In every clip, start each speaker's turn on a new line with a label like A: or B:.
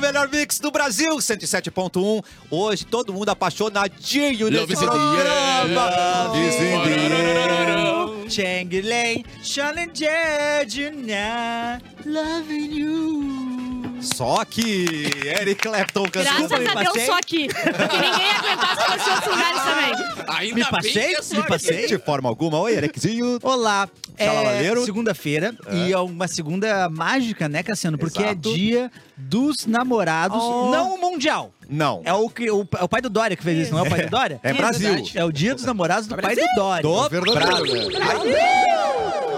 A: melhor mix do Brasil, 107.1. Hoje todo mundo apaixonadinho
B: Love
A: nesse
B: is in the air,
A: programa.
B: love is in the
A: Chang Lei, Loving né? you. Só que Eric Clapton
C: Graças
A: cantando.
C: a Deus, só aqui. Porque ninguém ia aguentar se fosse outros lugares também.
B: Ainda
D: Me
B: bem
D: passei?
B: que é só
D: Me
B: aqui.
D: passei?
A: De forma alguma, oi Ericzinho.
D: Olá, é
A: Xalaladeiro.
D: segunda-feira e é uma segunda mágica, né, Cassiano? Porque
A: Exato.
D: é dia dos namorados,
C: Oh.
D: não o mundial.
A: Não.
D: É o, que, o, é o pai do Dória que fez isso, não é o pai do Dória?
A: É Brasil.
D: verdade. É o dia dos namorados do pai do Dória.
A: Do
B: verdadeiro,
A: Brasil.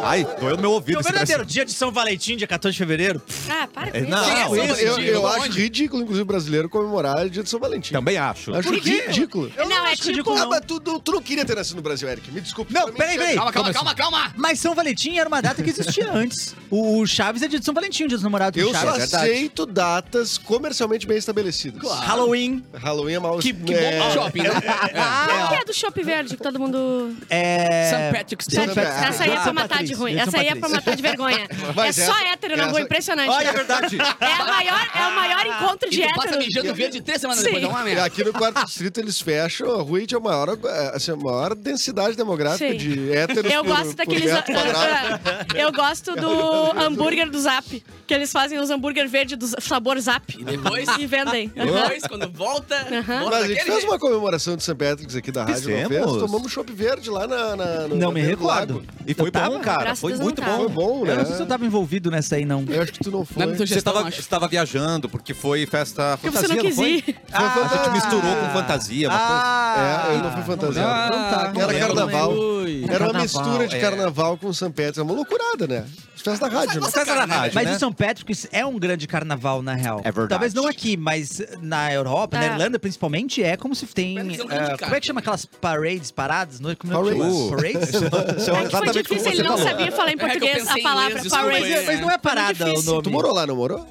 A: Ai, doeu meu
D: Que é
A: ouvido
D: o
A: esse
D: verdadeiro dia de São Valentim, dia 14 de fevereiro. Pff,
C: Ah, para com
A: É,
C: isso.
A: não.
C: Quem é essa
B: Não,
E: Eu,
B: esse
E: eu,
B: dia
E: eu
B: da
E: acho
B: onde?
E: ridículo, inclusive, brasileiro comemorar o dia de São Valentim.
A: Também acho.
E: Acho
D: Tá, Por quê?
E: ridículo.
C: Não, é
D: acho
C: tipo-
D: ridículo,
E: Ah,
D: não.
E: mas tu, tu, tu não queria ter nascido no Brasil, Eric. Me desculpe.
D: Não,
E: Pra mim,
D: peraí, peraí.
B: Calma, calma, calma, calma.
D: Mas São Valentim era uma data que existia antes. O, o Chaves é dia de São Valentim, o dia dos namorados do
E: Eu só
D: Chaves. É
E: aceito datas comercialmente bem estabelecidas.
D: Halloween
E: Halloween é mal.
B: Que, que
E: é...
B: bom pro shopping, né?
C: Qual que é a do Chopp Verde que todo mundo...
D: é...
B: St. Patrick's Day.
E: São Patrick's Day.
C: Essa
A: Ah,
C: aí é pra
D: São
C: matar de
D: Patrício,
C: ruim.
D: dia de São
C: Essa aí é pra
D: Patrício.
C: matar de vergonha. É
E: Mas
C: só
E: essa-
C: hétero na rua,
E: essa-
C: impressionante.
A: Olha, é verdade.
C: É, a maior, é o maior encontro de
B: E tu passa
C: hétero.
B: mijando verde três semanas
C: Sim.
B: depois. Não é uma
E: E
B: merda.
E: Aqui no quarto distrito eles fecham a rua e tinha a maior, eh, assim, a maior densidade demográfica
C: Sim.
E: de héteros
C: Eu
E: por,
C: gosto
E: por
C: daqueles.
E: metro quadrado.
C: eu gosto do hambúrguer do Zap. Que eles fazem os hambúrguer verde do sabor Zap.
B: E depois,
C: E vendem.
B: depois quando volta, volta
E: Mas a gente
B: daquele
E: fez
B: jeito.
E: uma comemoração de St. Patrick's aqui da rádio, não fez?
A: Fizemos.
E: Tomamos chopp verde lá na, na, no-
D: Não
E: na
D: me
E: beira do
D: recordo.
E: lago.
A: E foi
D: Eu tava,
A: bom, cara.
C: graças a
A: Foi
C: Deus,
A: muito
C: eu não tá.
A: bom.
E: Foi bom, né?
D: Eu não sei se eu tava envolvido nessa aí, não.
E: Eu acho que tu não foi.
B: Na minha
A: Você
B: sugestão,
A: estava,
B: acho.
A: viajando, porque foi festa
C: Porque
A: fantasia,
C: você não quis
A: foi?
C: ir. É
A: Ah, a gente misturou com fantasia. uma coisa-
D: Ah,
E: É, eu não fui fantasiado.
D: Ah,
E: Então tá,
D: não
E: era
D: lembro,
E: carnaval.
D: não lembro.
E: Era uma
D: Carnaval,
E: mistura de
A: é.
E: carnaval com São Pedro. É uma loucurada, né? Festa da rádio, né?
A: Mas essa era a rádio,
D: Mas
A: né?
D: o São Patrick's é um grande carnaval, na real.
A: É verdade.
D: Talvez não aqui, mas na Europa,
C: É.
D: na Irlanda, principalmente, é como se tem...
B: Mas é um
D: eh,
B: grande
D: como é que chama aquelas parades, paradas? Não, como é que
E: Parades.
D: chama? Parades?
A: Uh. Isso é
C: É que foi difícil, ele não sabia falar em
B: É que eu
C: português
B: pensei
C: a
B: em
C: palavra
B: inglês, desculpa
D: mas,
B: aí.
C: parade.
D: é- mas não é
C: Muito
D: parada o
C: difícil.
D: nome.
E: Tu morou lá, não morou?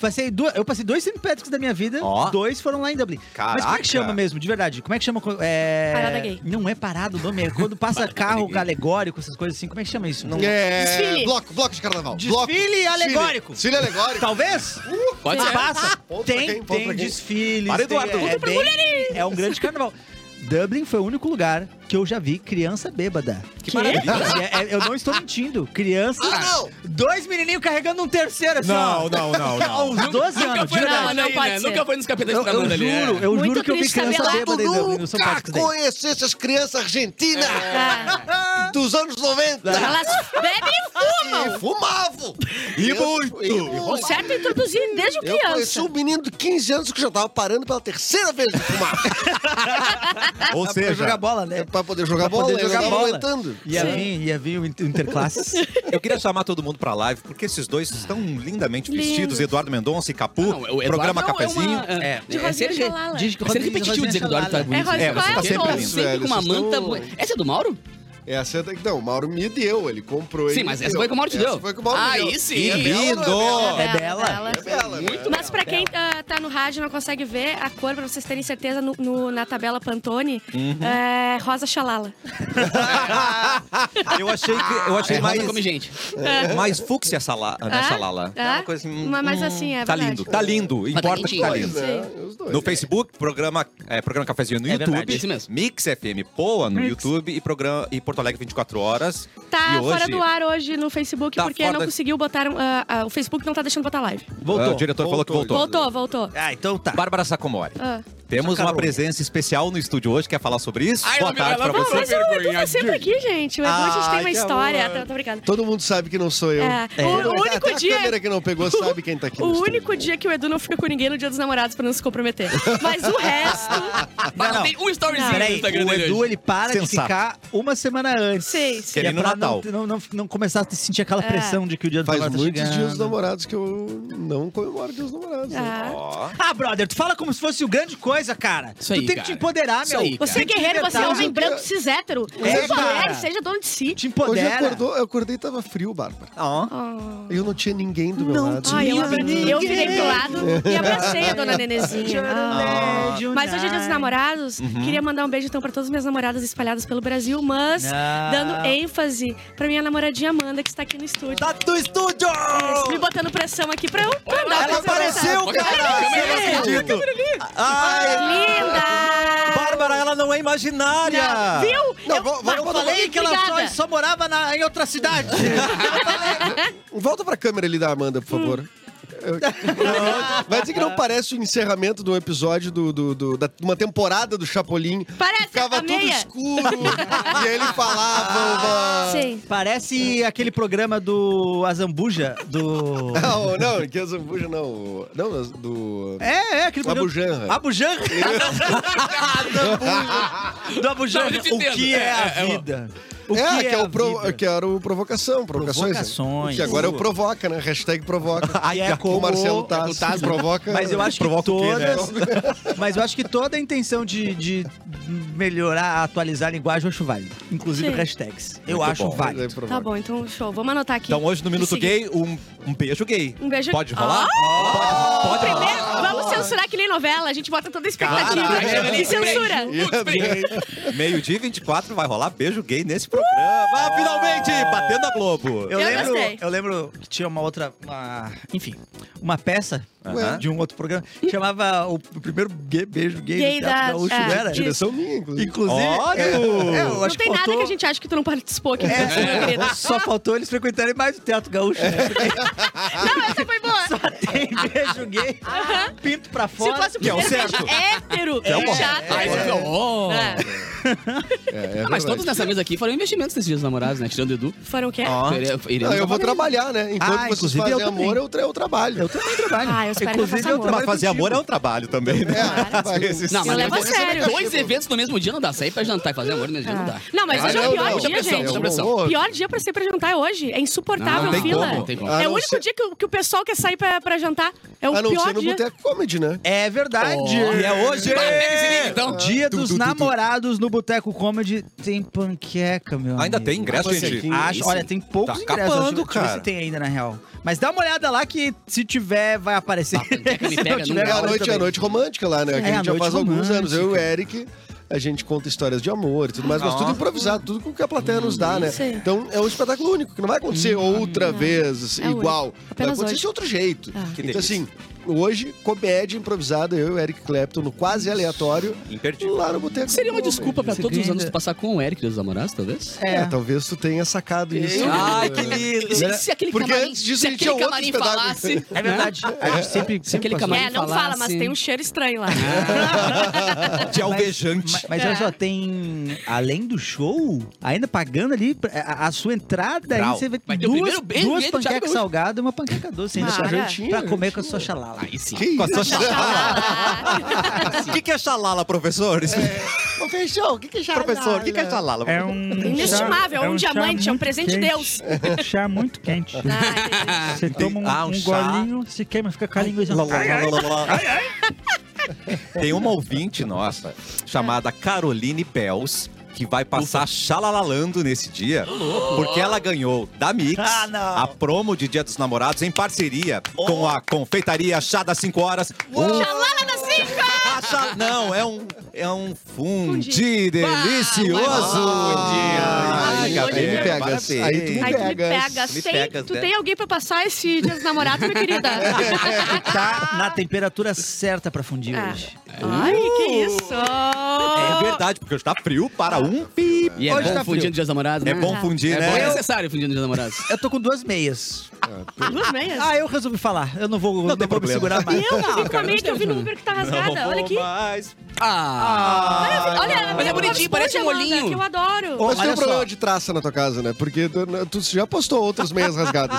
D: Passei duas, eu passei dois St. Patrick's da minha vida,
A: Ó.
D: dois foram lá em Dublin. Mas como é
A: Caraca.
D: que chama mesmo, de verdade? Como é que chama? co- É...
C: Parada gay.
D: Não é parada o nome, é quando passa carro alegórico, essas coisas assim. Como é que chama isso?
E: É...
C: Desfile.
E: Bloco, bloco de carnaval.
D: Desfile
E: bloco.
D: alegórico. Tá
E: Desfile alegórico.
D: Talvez?
B: Pode ser.
D: Passa.
E: Ponto pra
D: Uh, tem
E: quem, ponto
D: tem
E: pra quem.
D: desfiles.
A: Para,
D: tem-
A: Eduardo.
D: é,
A: Ponto
D: bem- é um grande carnaval. Dublin foi o único lugar que eu já vi criança bêbada.
A: Que maravilha.
D: É, é, eu não estou mentindo. Criança.
E: não!
D: Dois menininhos carregando um terceiro assim.
A: Não,
D: ó.
A: não, não,
D: Há
A: não.
D: uns 12
B: Nunca
D: anos, de
B: foi
D: verdade.
C: Não,
B: na
C: não
B: não,
C: pode
B: né?
C: ser.
B: Nunca foi nos capitães
D: Eu, eu
B: da ali.
F: né?
B: é.
D: juro, eu
C: Muito
D: juro que eu vi
C: triste,
D: criança
C: cabelado,
D: bêbada em Dublin, no São Patrick's Day. É.
E: conheci essas crianças argentinas
C: Ah,
E: dos anos 90.
C: Elas bebem e fumam.
E: fumavam.
A: E
E: Eu-
A: muito!
C: O certo é introduzir desde
E: Eu conheci
D: é
C: criança.
E: um menino de 15 anos que já tava parando pela terceira vez de fumar.
A: Ou
D: Pra jogar
A: seja,
D: bola, né?
E: É pra poder
D: Pra
E: jogar bola,
D: poder
E: eu
D: jogar
E: não tava
D: bola.
E: aguentando.
D: Ia
C: Sim.
D: vir, ia vir o inter- interclasses.
A: eu queria chamar todo mundo pra live, porque esses dois estão lindamente vestidos.
C: Lindos.
A: Eduardo Mendonça e Capu,
B: Não, o Eduardo
A: programa
B: não,
A: Cafezinho.
B: É, uma, é,
C: De
B: é
C: Rosinha
B: ser, é
C: Chalala.
D: Diz que
B: ser
D: Rosinha-
B: repetitivo
D: Rosinha
B: dizer que o Eduardo tá
D: Chalala.
C: É,
B: bonito.
C: Rosinha,
A: É, você tá
C: qual é a
A: sempre
C: tua?
A: lindo.
B: Sempre com uma
E: Vocês
B: manta
E: estão-
B: bonita. Essa é do Mauro?
E: Essa é daqui. Não, o Mauro me deu, ele comprou.
B: Sim,
E: ele
B: mas
E: me
B: essa
E: deu.
B: foi que o Mauro te
E: Essa
B: deu. Ah,
E: foi que o Mauro me deu.
B: Aí sim.
A: Que
E: É bela,
A: lindo!
E: não
D: É bela.
E: É bela. É bela, né?
C: Mas pra quem ah, tá no rádio e não consegue ver a cor, pra vocês terem certeza, no- no- na tabela Pantone,
A: Uhum.
C: é rosa xalala.
A: Eu achei, que, eu achei
B: É,
A: mais,
B: mais... come gente.
A: mais fúcsia essa la, nessa lala.
C: É? Mas-
B: hum,
C: mas assim, é
A: Tá
C: verdade.
A: lindo, tá lindo. Importa que tá
B: bonitinho.
A: lindo.
E: Pois é, os dois.
A: No Facebook, programa, é, programa Cafezinho no
D: É
A: YouTube.
D: verdade,
B: isso mesmo.
A: Mix FM Poa no YouTube e, programa, e Porto Alegre 24 horas.
C: Tá
A: e hoje,
C: fora do ar hoje no Facebook,
A: Tá
C: porque
A: fora
C: não
A: da-
C: conseguiu botar. ah, ah, o Facebook não tá deixando botar live.
A: ah,
D: Voltou.
A: o diretor falou que
E: Voltou.
A: voltou.
C: Voltou, voltou.
A: É.
D: Ah, então tá.
A: Bárbara Sacomori.
C: Ah.
A: Temos uma
D: Sacarone.
A: presença especial no estúdio hoje. Quer falar sobre isso?
B: Ai,
A: Boa
B: ela me-
A: tarde
B: ela
A: pra
B: me
C: Não,
A: você.
B: falou.
C: mas o Edu tá
B: vergonhadinho.
C: sempre aqui, gente. O Edu, a gente tem
A: Ai,
C: uma
A: que
C: história.
A: amor.
C: Tá, tá obrigada.
E: Todo mundo sabe que não sou eu.
C: É, o- o,
E: Até
C: único
E: a
C: dia.
E: câmera que não pegou sabe quem tá aqui. no
C: O
E: estúdio.
C: único dia que o Edu não fica com ninguém no dia dos namorados pra não se comprometer. Mas o resto.
B: Mas
D: não.
B: tem um storyzinho no
D: Peraí,
B: Instagram
D: o
B: dele
D: Edu
B: hoje.
D: ele para de
A: Sensato.
D: ficar uma semana antes.
C: Sei, sei.
D: Que é
A: Querendo
D: pra
A: Natal.
D: Não, não, não começar a sentir aquela pressão de que o dia do
E: Faz
D: namorado tá
E: muitos
D: chegando.
E: dias dos namorados que eu não comemoro dias dos namorados. né?
C: Ah.
A: Ó.
D: Ah, brother, tu fala como se fosse o grande coisa, cara.
B: Isso
D: tu
B: aí,
D: tem que
B: cara.
D: te empoderar,
B: Isso
D: meu.
B: aí,
C: Você é
D: Tem que
C: guerreiro, você é
D: inventar.
C: homem branco cis hétero.
D: É,
C: Seja
D: cara.
C: mulher, seja dono de si.
D: Te
E: Hoje eu,
D: empodera.
E: acordou, eu acordei e tava frio, Bárbara.
D: Ó.
C: Oh.
E: Eu não tinha ninguém do meu lado.
C: Ai,
D: né?
C: eu, eu virei do lado e abracei a dona Nenezinha. Ah. Mas hoje é dia dos namorados. Queria mandar um beijo então pra todas as minhas namoradas espalhadas pelo Brasil, mas
D: Não.
C: dando ênfase pra minha namoradinha Amanda, que está aqui no estúdio.
A: Tá do estúdio!
C: Me botando pressão aqui pra eu mandar
A: Ela
C: pra você
A: apareceu,
B: Olha
A: cara!
B: a câmera,
A: Eu não
B: olha a
A: acredito! Ai,
C: Linda!
A: Bárbara, ela não é imaginária!
C: Viu?
E: Não,
C: Eu-
E: vou- vou-
C: Mas
E: vou-
C: falei que ela só- Obrigada.
D: morava em outra cidade.
E: Volta pra câmera ali da Amanda, por favor. Não, Vai dizer que não parece o encerramento de um episódio do, do- do- da, de uma temporada do Chapolin.
C: Parece
E: Ficava
C: a
E: tudo
C: meia.
E: escuro. e aí ele falava.
C: Ah!
E: uma-
C: Sim.
D: Parece aquele programa do Azambuja, do...
E: Não, não, que a Zambuja não. Não, mas do.
D: É, é, aquele programa...
E: Abujanra.
D: Abujanra. do Abujanra.
B: Não, eu te
D: o que
B: entendo.
D: é a
B: É, é, é,
D: vida? O
E: é, que, é
D: a
E: o pro-
D: vida?
E: que era o Provocação. Provocações.
D: Provocações.
E: Que agora é o Provoca, né? Hashtag Provoca.
D: Ai, é
E: o
D: como-
E: Marcelo tá Tassi
D: Tassi.
E: provoca.
D: Mas eu acho que
A: Provoca o quê, né?
D: todas. Mas eu acho que toda a intenção de, de melhorar, atualizar a linguagem, eu acho válido. Inclusive
C: Sim.
D: hashtags. Eu
A: Muito
D: acho
A: bom.
D: válido.
E: É, provoca.
C: Tá bom, então show. Vamos anotar aqui.
A: Então hoje no Minuto
C: Em seguida.
A: Gay, um, um beijo gay.
C: Um beijo- Ah!
A: Pode rolar? pode, pode rolar.
C: Primeiro, vamos censurar que nem novela. A gente bota toda a expectativa
B: Caraca,
C: e censura.
A: Meio-dia e 24 vai rolar beijo gay nesse programa. Ah, finalmente! Batendo a Globo.
D: Eu,
C: Eu
D: lembro,
C: gostei.
D: eu lembro que tinha uma outra, uma- enfim, uma peça
A: Aham.
D: de um outro programa que chamava o primeiro gay- beijo gay,
C: Gay
D: do teatro
C: da-
D: gaúcho,
C: é,
D: não era?
C: de-
E: Direção minha, inclusive.
D: Inclusive,
A: Olha!
D: é, é, eu
C: Não
D: acho
C: tem nada
D: faltou-
C: que a gente acha que tu não participou aqui.
D: É,
C: querido.
D: só faltou eles frequentarem mais o teatro gaúcho. né?
C: Não, essa foi boa.
D: Só tem beijo gay,
C: Aham.
D: pinto pra
C: Se
D: fora.
C: fosse o
A: Que é o
C: primeiro beijo
A: certo.
C: hétero,
A: É o
C: é,
A: correto.
C: chato.
B: Aí você
C: né?
B: fica, oh.
C: É.
E: É, é
B: Ah, Mas
E: verdade.
B: todos nessa mesa aqui foram investimentos nesses dias dos namorados, né? Tirando o Edu.
C: Foram o quê?
A: Ó.
B: Ele- ele-
E: Não, eu vou trabalhar, né? Enquanto
D: Ah,
E: vocês
D: inclusive eu
E: fazem
D: também.
E: amor, eu, tra eu trabalho.
D: Eu também trabalho.
C: Ah, eu espero que eu
D: Inclusive,
C: faça
D: eu
C: amor.
D: trabalho
A: Mas fazer
D: contigo.
A: amor é um trabalho também, né?
E: É, vai.
A: Esse-
B: Não,
C: Eu
B: mas
C: levo a
B: depois-
C: sério.
B: dois eventos no mesmo dia não dá. Sair pra jantar e fazer amor no mesmo dia não dá.
C: Não, mas
E: Ah,
C: hoje é o
E: não,
C: pior
E: não.
C: dia,
B: Muita pressão,
C: gente.
B: muita pressão.
E: Ô,
C: Pior dia pra ser pra jantar é hoje. É insuportável
B: Não,
C: a
B: não tem
C: fila.
B: como, não tem como.
E: A
C: É
E: não
C: o único
E: ser-
C: dia que, que o pessoal quer sair pra, pra jantar. É o
E: A Ah, não
C: pior
E: ser no
C: dia.
E: Boteco Comedy, né?
D: É verdade.
A: E é hoje!
B: Bah, pega esse link, então.
D: É Dia dos namorados no Boteco Comedy tem panqueca, meu
A: Ainda
D: amigo.
A: tem ingresso, gente?
D: Acho, olha, tem poucos
A: Tá
D: ingressos.
A: acabando,
D: Deixa eu- deixa eu ver
A: cara.
D: se tem ainda, na real. Mas dá uma olhada lá que se tiver, vai aparecer.
B: Ah, panqueca me
D: Se não
B: pega
D: tiver,
B: num
E: É a
B: olha
E: noite, é a noite romântica lá, né? que
D: É,
E: a
D: a
E: gente já
D: noite
E: faz alguns
D: romântica.
E: anos. Eu e o Eric, a gente conta histórias de amor e tudo mais, mas tudo
A: Nossa.
E: improvisado, tudo com o que a plateia nos dá, né?
C: Sim.
E: Então é um espetáculo único, que não vai acontecer outra vez assim,
C: Hum, É
E: igual.
C: único.
E: Vai
C: Apenas
E: acontecer
C: hoje.
E: de outro jeito.
C: Ah. Que
E: Então, assim, hoje, comédia improvisada, eu e o Eric Clapton, no quase aleatório,
A: Imperdível.
E: lá no Boteco.
B: Seria uma
E: Comedy.
B: desculpa pra
D: Você
B: todos os
D: ganha-
B: anos tu passar com o Eric dos namorados, talvez?
E: É, talvez tu tenha sacado isso.
A: Ai, que lindo!
B: Se, se aquele né?
E: Porque
B: camarim,
E: antes disso
B: se
E: a gente
B: aquele
E: tinha outro
B: camarim
E: espetáculo.
B: falasse...
D: É verdade. A gente sempre, sempre
B: aquele
D: passou.
B: camarada-
C: É, não
B: falar
C: fala, mas
B: assim.
C: tem um cheiro estranho lá.
D: Ah.
A: De alvejante.
D: Mas, mas olha só, tem. Além do show, ainda pagando ali a, a sua entrada, aí
A: Brau.
D: você vai ter
B: Vai ter o
D: duas,
B: primeiro beijo
D: duas
B: gay do Thiago
D: panquecas
B: Gaúcho.
D: salgadas e uma panqueca doce ainda
C: Ah,
D: pra,
C: olha.
D: pra comer com a sua xalala.
B: Aí sim.
E: Que
A: Com a
E: isso?
A: sua xalala. O que, que é xalala, professor?
E: Professor, o que que é
A: Professor, o que, que é xalala?
D: um.
C: Inestimável, é um diamante, é um presente de Deus.
D: chá muito quente.
C: Ah,
D: Você toma um,
A: Ah, um
D: um
A: chá.
D: golinho, se queima, fica com a língua.
A: Lá, lá, lá, lá, lá. Tem uma ouvinte nossa, chamada Caroline Pels, que vai passar xalalalando nesse dia, porque ela ganhou da Mix
D: Ah, não.
A: a promo de Dia dos Namorados em parceria com a confeitaria Chá das 5 Horas. Um...
C: Xalala da cinco!
A: Ah, chá- Não, é um, é um fundi, delicioso!
C: um
B: Ah,
A: Ai,
E: Aí,
C: Gabriel,
E: aí me pegas.
A: parabéns.
E: Aí tu me
C: Aí tu me
E: pegas.
C: pegas.
A: Me
C: Tem-
A: pegas,
C: tu
A: né?
C: tem alguém pra passar esse dia dos namorados, minha querida?
D: Tá na temperatura certa pra fundir
C: Ah.
D: hoje.
C: Ai, que isso!
A: É verdade, porque hoje tá frio para um pi.
B: E é
D: Hoje
B: bom
D: tá frio.
B: fundir no dia dos namorados, né?
A: É bom fundir,
B: É bom,
A: né?
B: é necessário fundir no dia dos namorados.
D: Eu tô com duas meias.
C: Duas meias?
D: Ah, eu resolvi falar. Eu não vou, não vou
A: tem
D: me
A: problema.
D: segurar mais.
C: E é. eu que fico com a
B: cara,
C: meia
B: não
C: que eu vi no
B: tem,
C: Uber que tá
A: Não
C: rasgada.
A: vou
C: Olha aqui.
A: mais.
B: Ah!
C: Olha,
B: Mas é
C: o Bob
B: bonitinho, parece um
C: Esponja, Amanda,
B: olhinho.
C: Que eu adoro.
D: Ô,
E: Mas tem
D: olha
E: um problema
D: só.
E: de traça na tua casa, né? Porque tu, tu já postou outras meias rasgadas.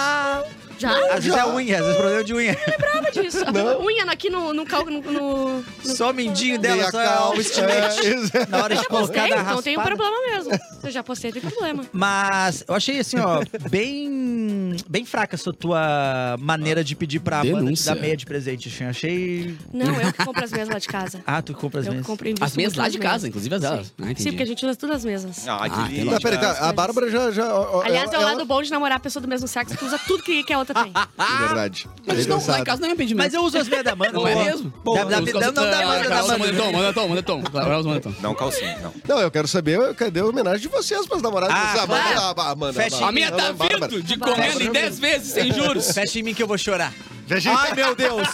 C: Já?
D: Às vezes é unha, às vezes é problema de unha.
C: Prova disso. Unha aqui no, no, cal- no, no-
D: Só o mindinho
E: Meia
D: dela, só é o
E: calça,
D: estilete.
E: é, exato.
D: Na hora de colocar
C: Tem,
D: na
C: então tem um
D: raspada.
C: problema mesmo. Se eu já postei, tem problema.
D: Mas eu achei assim, ó, bem bem fraca essa tua maneira de pedir pra Amanda te
F: Denúncia.
D: dar meia de presente. Assim, achei.
C: Não, eu que compro as mesas lá de casa.
D: Ah, tu compra as
C: Eu que
D: mesas.
C: compro invisto
F: As mesas
C: muito
F: lá
C: nas
F: de casa,
C: mesas.
F: inclusive as delas. Ah, entendi.
C: Sim, porque a gente usa todas as mesas.
A: Ai,
F: Ah,
A: que
F: tem
A: lindo.
E: Tá, peraí, tá, a Bárbara já. já ó, ó,
C: Aliás, é o
E: ela-
C: lado bom de namorar a pessoa do mesmo sexo, que usa tudo que, que a outra tem.
E: É Verdade.
F: Mas
E: Bem
F: não,
B: então,
F: lá
E: pensado.
F: em casa não é impedimento.
D: Mas eu uso as meias da Amanda,
F: Não é
D: pô.
F: mesmo?
D: Pô, dá, dá,
F: os
B: Então,
D: dá, não,
B: tá,
D: dá,
F: calçotão,
D: Amanda, dá,
F: calça,
D: Amanda.
F: moletom, moletom, moletom. Claro, os moletom.
A: Não, calcinha, não.
E: Não, eu quero saber cadê a homenagem de vocês para as namoradas.
D: Ah,
E: Ah, Amanda,
D: claro.
E: a Ba- Amanda,
D: Fecha
E: Bárbara.
D: em
F: A minha
E: Não,
F: tá
E: Bárbara.
F: vindo de comendo em 10 vezes sem juros.
D: Fecha em mim que eu vou chorar.
A: Ai, meu Deus!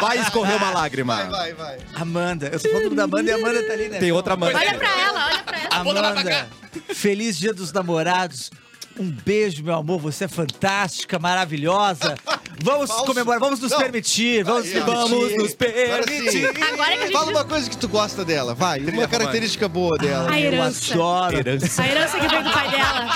A: Vai escorrer uma
D: Ah,
E: Vai,
A: lágrima.
E: vai, vai.
D: Amanda. Eu tô falando da Amanda e a Amanda tá ali, né?
A: Tem outra Amanda.
C: Olha pra ela, olha pra
E: Ah,
C: ela.
F: bunda vai pra
D: Amanda, feliz dia dos namorados. Um beijo, meu amor. Você é fantástica, maravilhosa. Vamos
E: Falso.
D: comemorar, vamos nos
E: Não.
D: permitir. Vamos,
E: Aí, ó.
D: vamos nos
E: Agora
D: permitir.
E: sim.
C: Agora que a gente-
E: Fala uma coisa que tu gosta dela, vai. Uma
A: Trilha
E: característica boa dela.
C: A
D: Eu
C: herança.
D: adoro.
A: Herança.
C: A herança que veio do pai dela.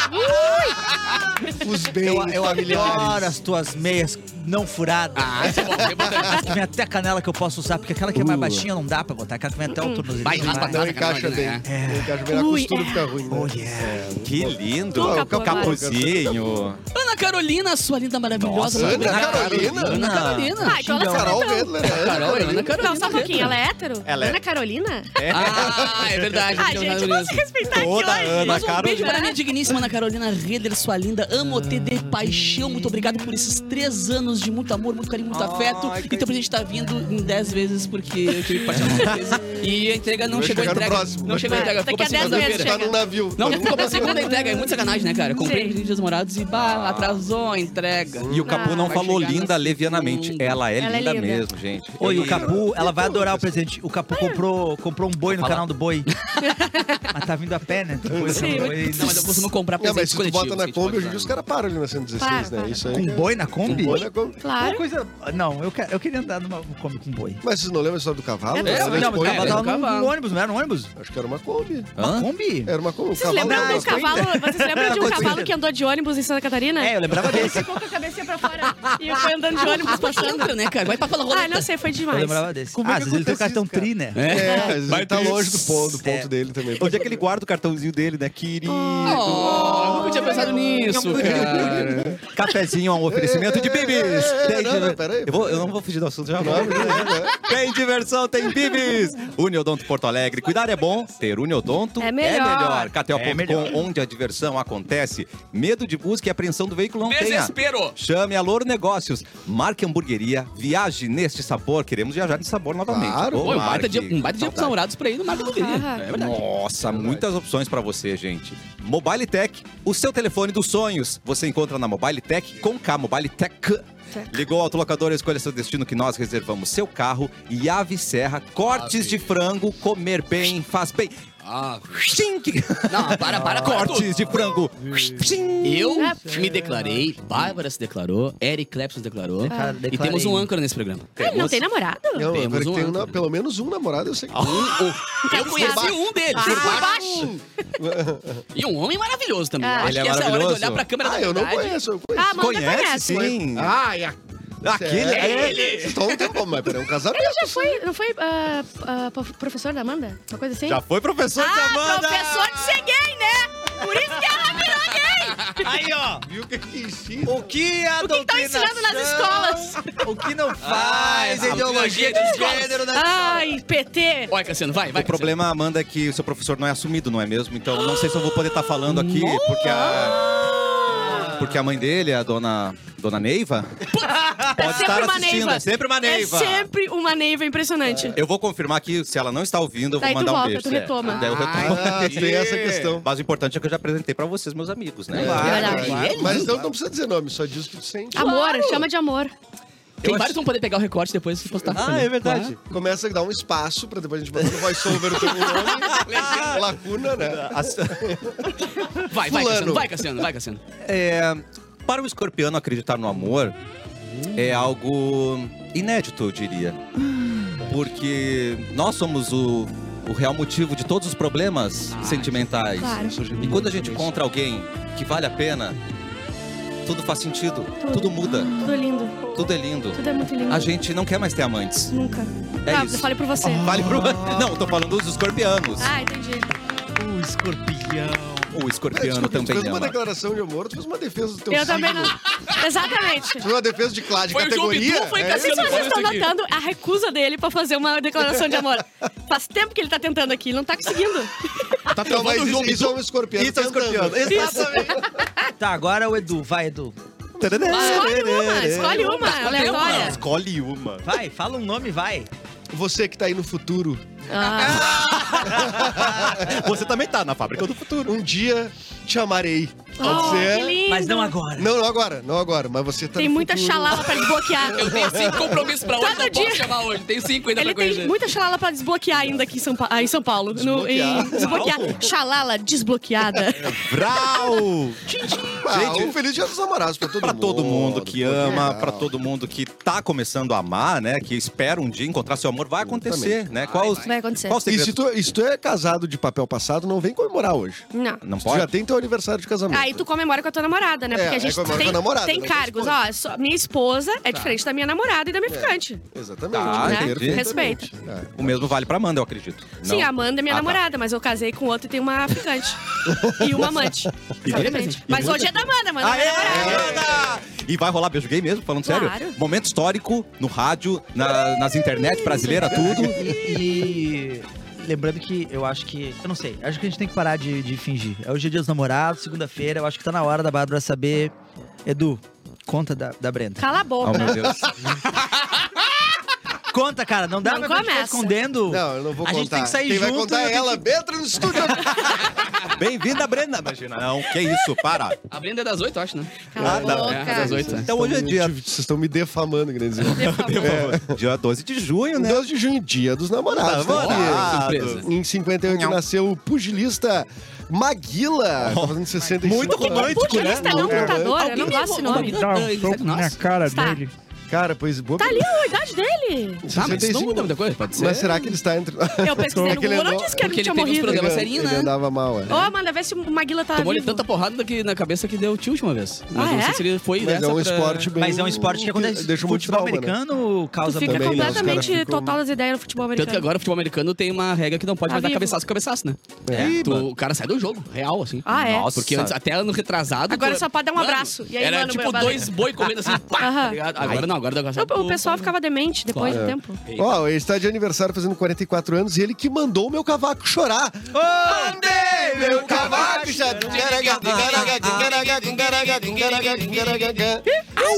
E: Os
D: Eu,
E: bens
D: eu
E: familiares.
D: adoro as tuas meias não furadas.
F: Ah, isso é bom, isso é importante.
D: As que vem até a canela que eu posso usar, porque aquela que é
E: Uh.
D: mais baixinha não dá pra botar. Aquela que vem até o tornozelo.
F: Vai,
D: não
F: raspa,
D: vai.
E: Não
F: Nada,
E: encaixa
F: cara,
E: bem.
F: né?
E: Não encaixa bem. A
C: Ui,
E: costura
C: é.
E: fica ruim, né?
D: Oh, yeah.
A: Que lindo.
C: Nunca
A: o
C: foi mais.
A: capuzinho.
F: Ana Carolina, sua linda maravilhosa.
A: Nossa,
F: Ana
E: Ana Carolina?
F: Ana Carolina.
C: Ah, então ela sabe.
E: Carol
C: então.
E: Vedler. né?
F: Carol, é Ana Carolina.
C: Não, só um pouquinho. Ela é hétero?
A: Ela é.
C: Ana Carolina?
F: Ah, é verdade.
C: Ah,
F: tem
C: gente,
F: razão
C: vamos se
F: nisso.
C: respeitar aqui
A: Toda
C: hoje.
A: Ana
F: Mas um beijo
A: Carolina.
F: para minha digníssima Ana Carolina Reder, sua linda. Amo te de paixão. Muito obrigado por esses três anos de muito amor, muito carinho, muito
A: Ai,
F: afeto.
A: que
F: E teu presente tá vindo em dez vezes, porque eu tive que partir algumas vezes. E a entrega não
E: Vai
F: chegou a
E: chegar no
F: entrega.
E: próximo.
F: Não chegou a
C: É,
F: entrega. Ficou
C: daqui a
F: pra
C: dez meses
F: segunda-feira.
E: Tá num navio.
F: Não, ficou pra segunda entrega. É muito sacanagem, né, cara? Comprei
C: Sim.
F: presente dos namorados e bah, atrasou a entrega. Ah,
A: E o Capu não
F: vai
A: falou
F: chegar
A: linda
F: na
A: levianamente.
F: segunda.
A: Ela é
C: Ela é
A: linda
C: linda.
A: mesmo, gente.
D: Oi, o
A: E-
D: Capu, ela vai adorar o presente. O Capu comprou, comprou um boi no
A: Fala.
D: canal do boi. mas tá vindo a pé, né? Do boi,
C: Sim.
D: do boi.
F: Não, mas eu costumo comprar
E: Não, mas
F: presentes
E: se tu
F: coletivos.
E: bota
F: que a
E: na
F: gente
E: Kombi,
F: pode
E: hoje em
F: usar.
E: dia os caras param ali na 116,
C: Para,
E: né?
C: para.
E: Isso aí.
D: Com boi na Kombi?
E: Boi na Kombi.
D: Uma
C: Claro.
D: coisa. Não, eu, quero, eu queria andar numa Kombi com boi.
E: Mas vocês não lembram a história do cavalo?
C: É,
E: Era
F: não,
E: grande
D: não, mas o
E: boi,
F: era
D: cavalo
E: né?
D: tava
F: um
D: num- num
F: cavalo.
D: ônibus, não era um ônibus?
E: Acho que era uma Kombi.
A: Hã?
D: Kombi?
E: Era uma Kombi. O
C: Vocês
E: cavalo
C: lembram
E: era
C: de um
E: uma Kombi.
C: cavalo? Vocês lembram de um
D: Aconteceu.
C: cavalo que andou de ônibus em Santa Catarina?
D: É, eu lembrava
C: Ele
D: desse.
C: ficou com a cabecinha pra fora e foi andando de ônibus
F: Mas
C: passando.
F: entra, né, cara? Vai pra pela
C: Ah,
F: roleta.
C: não sei, foi
D: Eu
C: demais.
D: lembrava desse.
E: Como é
D: ah,
E: que
D: às vezes ele tem o
E: acontece
D: cartão
E: isso, cara?
D: tri, né?
F: É.
E: É, mas ele tá
A: ter
E: longe do
A: isso.
E: ponto, do ponto
D: É.
E: dele também.
A: Onde é que ele guarda o cartãozinho dele, né? Querido.
F: Oh, nunca tinha pensado nisso, cara.
A: Cafezinho é um oferecimento de bibis.
E: É,
A: Tem
E: não,
A: diver-
E: não, peraí.
A: eu, vou- eu não vou fugir do assunto já agora. tem diversão, tem bibis. Uniodonto Porto Alegre. Cuidar é bom, ter Uniodonto
C: É melhor.
D: É melhor.
A: KTO.com, onde a diversão acontece. Medo de busca e apreensão do veículo não tenha.
F: Um Desespero.
A: Chame a Louro Negócios. Marque Hamburgueria. Viaje neste sabor. Queremos viajar de sabor novamente.
E: Claro.
A: Ô,
F: Pô, um baita
A: Marque,
F: dia, um baita dia pros
A: saudade.
F: namorados pra ir no Marco Loteria.
C: Ah.
F: É verdade.
A: Nossa, muitas opções pra você, gente. Mobile Tech, o seu telefone dos sonhos. Você encontra na Mobile Tech com K, Mobile Tech. Ligou ao autolocador, escolha seu destino que nós reservamos seu carro e Ave Serra, cortes de frango, comer bem, faz bem.
F: Ah,
A: Tchim!
F: não, para, para, para. tudo.
A: Cortes de frango. Tchim!
F: Eu
C: Ah.
F: me declarei, Bárbara se declarou, Eric Clapson se declarou.
D: Cara,
F: E
D: declarei.
F: temos um âncora nesse programa.
C: Ah, não tem namorado?
E: Não,
F: Temos
E: agora que
F: um
E: tem um
F: outro.
E: na- pelo menos um namorado, eu sei que.
A: Ah.
F: Eu conheci um deles.
C: Por
F: por baixo. E um homem maravilhoso também.
C: Ah.
F: Acho
A: Ele é
F: que essa é a hora de
A: maravilhoso.
F: olhar pra câmera
E: Ah,
F: da
E: eu não
F: verdade.
E: conheço, eu
C: Ah,
E: conheço.
C: Amanda conhece.
A: sim.
E: Ah, e a...
A: Aquele é
E: ele. Vocês estão um tempão, mas peraí, é um casamento.
C: Ele já foi, não foi ah, ah, prof- professor da Amanda? Uma coisa assim?
A: Já foi professor de
C: ah,
A: Amanda!
C: professor de ser gay, né? Por isso que ela virou gay!
D: Aí, ó.
E: Viu o que que
D: O que a
C: O que que tá ensinando nas escolas?
D: O que não faz
F: Ah,
D: ideologia
F: das
D: de
F: escolas.
D: gênero na
C: Ai, PT!
F: Olha, Cassiano, vai, vai.
A: O problema, Amanda, é que o seu professor não é assumido, não é mesmo? Então não sei se eu vou poder estar falando aqui, porque a. Porque a mãe dele, a dona. Dona Neiva,
C: é
A: pode
C: sempre
A: estar
C: uma
A: assistindo.
C: Neiva.
A: É sempre uma
C: É
A: Neiva. É
C: sempre uma Neiva impressionante.
A: Eu vou confirmar que se ela não está ouvindo, eu vou
C: Daí tu
A: mandar um
C: volta,
A: beijo.
C: tu retoma.
A: É, Daí eu retomo.
E: Ah, tem essa questão.
A: Mas o importante é que eu já apresentei pra vocês, meus amigos, né?
D: Claro.
C: Verdade.
F: Claro.
E: Mas então não precisa dizer nome, só diz o que tu sente.
C: Amor, chama de amor.
A: é
F: Tem vários que vão poder pegar o recorte depois e postar.
A: Ah, é verdade.
E: Começa a dar um espaço pra depois a gente botar no voiceover o teu tipo, nome. Lacuna, né?
A: As-
F: Vai, vai,
E: Fulano.
F: Cassiano, vai, Cassiano, vai, Cassiano.
A: É, para o escorpiano acreditar no amor é algo inédito, eu diria. Porque nós somos o, o real motivo de todos os problemas sentimentais.
C: Ah, Claro.
A: E quando a gente encontra alguém que vale a pena, tudo faz sentido, tudo,
C: Tudo.
A: muda,
C: Tudo lindo.
A: tudo é lindo.
C: Tudo é muito lindo.
A: A gente não quer mais ter amantes.
C: Nunca.
A: É
C: ah,
A: isso.
C: eu falei por você.
A: Vale pro. Não, tô falando dos escorpianos.
C: Ah, entendi.
D: O escorpião.
A: o escorpiano
E: Desculpa, tu
A: também
E: fez uma
A: ama.
E: declaração de amor, tu fez uma defesa do teu
C: Eu
E: signo.
C: também não. Exatamente.
E: Tu fez uma defesa de classe, de
F: Foi o João
E: categoria.
F: Bidu, foi
E: é
F: Cassiano.
E: isso?
C: Isso vocês
F: falando
C: estão
F: isso aqui.
C: notando a recusa dele pra fazer uma declaração de amor. Faz tempo que ele tá tentando aqui, ele não tá conseguindo.
A: Tá
E: Não,
A: trovando
E: mas
A: o João
E: isso,
A: Bidu.
E: isso é um escorpião.
A: Isso é um escorpião.
E: Exatamente.
D: Tá, agora o Edu. Vai, Edu.
E: É,
C: Escolhe uma, escolhe
E: tá
C: uma, aleatória.
A: Escolhe uma.
D: Vai, fala um nome, vai.
E: Você que tá aí no futuro,
C: Ah,
A: Você também tá na fábrica do futuro.
E: um dia te amarei. Pode
C: oh, que
E: ser.
C: lindo.
D: Mas não agora.
E: Não, não agora, não agora, mas você tá
C: Tem
E: no
C: muita
E: futuro.
C: xalala pra desbloquear.
F: Eu tenho cinco compromissos pra hoje,
C: Todo
F: não posso
C: dia.
F: chamar hoje. Tenho cinco ainda
C: Ele
F: pra corrigir.
C: tem muita xalala pra desbloquear ainda aqui em São, Pa- ah, em São Paulo. No, em,
E: Desbloquear.
C: desbloquear. Xalala desbloqueada.
A: Vral!
E: Ah,
A: Gente,
E: um feliz dia dos namorados pra todo
A: Pra
E: mundo.
A: todo mundo que
E: Pô,
A: ama,
E: legal.
A: pra todo mundo que tá começando a amar, né? Que espera um dia encontrar seu amor, vai acontecer, né? Qual, os-
C: Vai acontecer.
A: qual o
E: E
A: segredo?
E: se tu, e se tu é casado de papel passado, não vem comemorar hoje.
C: Não.
A: Não
E: Se tu já
A: pode?
E: tem teu aniversário de casamento.
C: Aí tu comemora com a tua namorada, né?
E: É,
C: Porque a
E: aí
C: gente
E: comemora
C: tem,
E: com a namorada,
C: tem
E: né? Tá.
C: cargos. Ó, só- minha esposa é diferente da minha namorada e da minha ficante.
E: Exatamente.
A: Tá,
E: né?
A: entendi.
E: É. Perfeitamente. É.
A: O mesmo vale pra Amanda, eu acredito.
C: Sim,
A: Não?
C: a Amanda é minha
A: Ah, tá.
C: namorada, mas eu casei com outra e tenho uma ficante. e uma amante. Exatamente. Mas hoje é da Amanda, Amanda é
A: Aê,
C: minha namorada.
A: Amanda! E vai rolar beijo gay mesmo, falando
C: Claro.
A: sério? Momento histórico, no rádio, na- nas internet brasileira, tudo.
D: E. Lembrando que eu acho que. Eu não sei, acho que a gente tem que parar de, de fingir. É hoje é dia dos namorados, segunda-feira. Eu acho que tá na hora da Bárbara saber. Edu, conta da, da Brenda.
C: Cala a
A: Oh,
C: boca.
A: meu Deus.
D: Conta, cara, não dá
C: Não
D: pra gente ficar
C: começa.
D: escondendo.
E: Não, eu não vou
D: A
E: contar.
D: gente tem que sair
E: Quem vai
D: junto,
E: contar
D: eu
E: é
D: tenho
E: ela, Betra no estúdio.
A: Bem-vinda, Brenda! Imagina, não, que isso, para.
F: A Brenda é das oito, eu acho, né?
C: Cala a
A: Ah, tá.
C: boca.
F: É, das oito. né?
A: Então hoje é dia,
E: Vocês estão me defamando, quer dizer.
A: É, dia 12 de
D: É,
A: junho, né?
E: 12 de junho, dia dos namorados.
D: Tá
E: né,
D: Ah.
A: Namorado.
F: surpresa.
E: Fih? Em 58
A: Não.
E: nasceu o pugilista Maguila. tá fazendo 65
A: Muito
E: anos.
A: romântico, né?
C: Pugilista não
E: É.
C: lutador, eu não gosto desse nome.
G: Dá um soco na cara
C: Está.
G: dele.
E: Cara, pois boa.
C: Tá ali a idade dele.
F: Ah, mas isso não
E: 65.
F: muda muita coisa, pode ser.
E: Mas será que ele está entre.
C: Eu pesquisei no
E: Porque ele
C: Google, não
E: andou-
C: disse que ele
F: porque ele
C: tinha
F: teve uns
C: morrido.
F: problemas
E: ele,
F: serinho,
E: ele
F: né?
E: andava mal, é.
C: Ó, Amanda, vê se o Maguila tá
F: Tomou-lhe
C: vivo.
F: tanta porrada que, na cabeça que deu tilt uma vez. Mas
C: Ah,
F: não
C: é?
F: sei se ele foi
E: Mas
F: dessa
E: é um
F: pra-
E: esporte bem.
D: Mas é um esporte que acontece.
E: Deixa muito
D: futebol
E: trauma, né?
D: americano causa
C: Tu fica
E: também, né? Os
C: completamente
E: caras ficam-
C: total das ideias no futebol
F: Tanto que
C: americano.
F: agora o futebol americano tem uma regra que não pode
C: Tá
F: mais dar
C: vivo.
F: cabeçaço com cabeçaço, né?
A: É.
F: Tu- o cara sai do jogo, real, assim.
C: Ah, é?
F: Porque antes, até ano retrasado.
C: Agora
F: tu-
C: só pode dar um abraço. E aí,
F: era
C: mano,
F: tipo
C: meu,
F: dois boi comendo assim, pá! tá
C: Aham.
F: ligado? Agora não, agora dá
C: O- O pessoal ficava demente depois do tempo.
E: Ó, ele está de aniversário fazendo 44 anos e ele que mandou o meu cavaco chorar. Mandei meu cavaco chorar.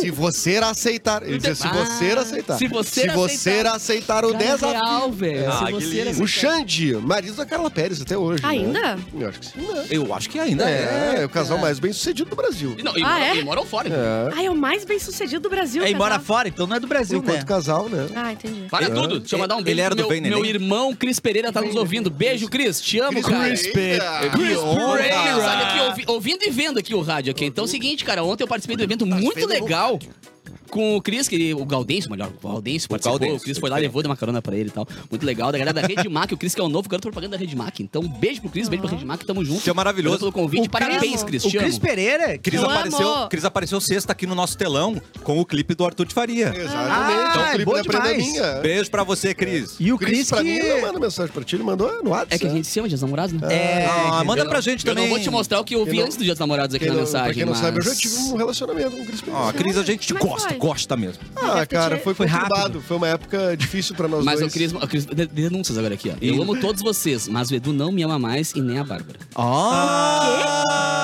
E: Se você aceitar. Ele dizia, se você aceitar.
F: Se você
E: Se você aceitar o
C: é
E: desafio.
F: Real, velho.
A: Ah,
F: Se
A: que
F: você era
C: assim.
A: lindo.
E: O Xande, marido da Carla Pérez até hoje. né?
C: Ainda?
E: Eu acho que sim. né?
A: Eu acho que ainda é.
E: É, é o casal mais bem sucedido do Brasil.
F: Não, e,
C: Ah,
F: moram-
C: é?
F: e moram fora. então.
E: É.
C: Ah, é o mais bem sucedido do Brasil.
D: É, e
C: casal.
D: mora fora, então não é do Brasil, né?
E: Enquanto casal, né?
C: Ah, entendi.
F: Para tudo. Deixa eu mandar um
A: Ele
F: beijo.
A: era do
F: pro meu,
A: Bem Neném?
F: meu irmão Cris Pereira tá nos ouvindo. Beijo, Cris. Te amo, cara.
E: Pereira.
F: Que
A: Cris
F: honra.
A: Pereira.
F: Sabe aqui, ouvi- ouvindo e vendo aqui o rádio aqui. Então é o seguinte, cara, ontem eu participei de um
E: Tá
F: evento muito legal com o Cris, que o Gaudêncio, melhor, o Gaudêncio participou,
A: Gaudêncio, é.
F: o Cris
A: foi
F: foi lá,
A: diferente.
F: levou, deu uma carona pra ele e tal. Muito legal, da galera da Rede Mac, o Cris que é o novo garoto propaganda da Rede Mac. Então, um beijo pro Cris, beijo pra Rede Mac, tamo junto.
A: Isso é maravilhoso.
F: Obrigado pelo convite, parabéns, Cris,
D: O
F: te
D: Cris
F: amo.
D: Pereira? que-
A: Cris
C: Eu
A: apareceu,
C: amo.
A: Cris apareceu sexta aqui no nosso telão com o clipe do Arthur de Faria.
E: Exatamente.
D: Ah,
E: é
D: é
E: um clipe
D: bom
E: da Prenda
D: demais.
E: Minha.
A: Beijo pra você, Cris.
D: E o
E: O Cris,
D: Cris
E: pra mim, é
D: que...
E: ele não manda mensagem pra ti, ele mandou no WhatsApp.
F: É que a gente se ama, dias namorados, né?
D: É,
A: Ah, manda pra gente
F: Eu
A: também.
F: não vou te mostrar o que eu vi
E: não-
F: antes do Dia dos Namorados aqui
E: Quem
F: na
E: não-
F: mensagem.
E: Pra quem não
F: mas-
E: sabe, eu já tive um relacionamento com o Cris Pereira.
A: Ó, Cris, a gente te
C: Como é que
A: gosta,
C: foi?
A: gosta mesmo.
E: Ah, cara, foi,
D: Foi rápido.
E: conturbado. Foi uma época difícil pra nós
F: Mas
E: dois.
F: o Cris, o Cris- de- denúncias agora aqui, ó. Eu amo todos vocês, mas o Edu não me ama mais e nem a Bárbara.
A: Ah!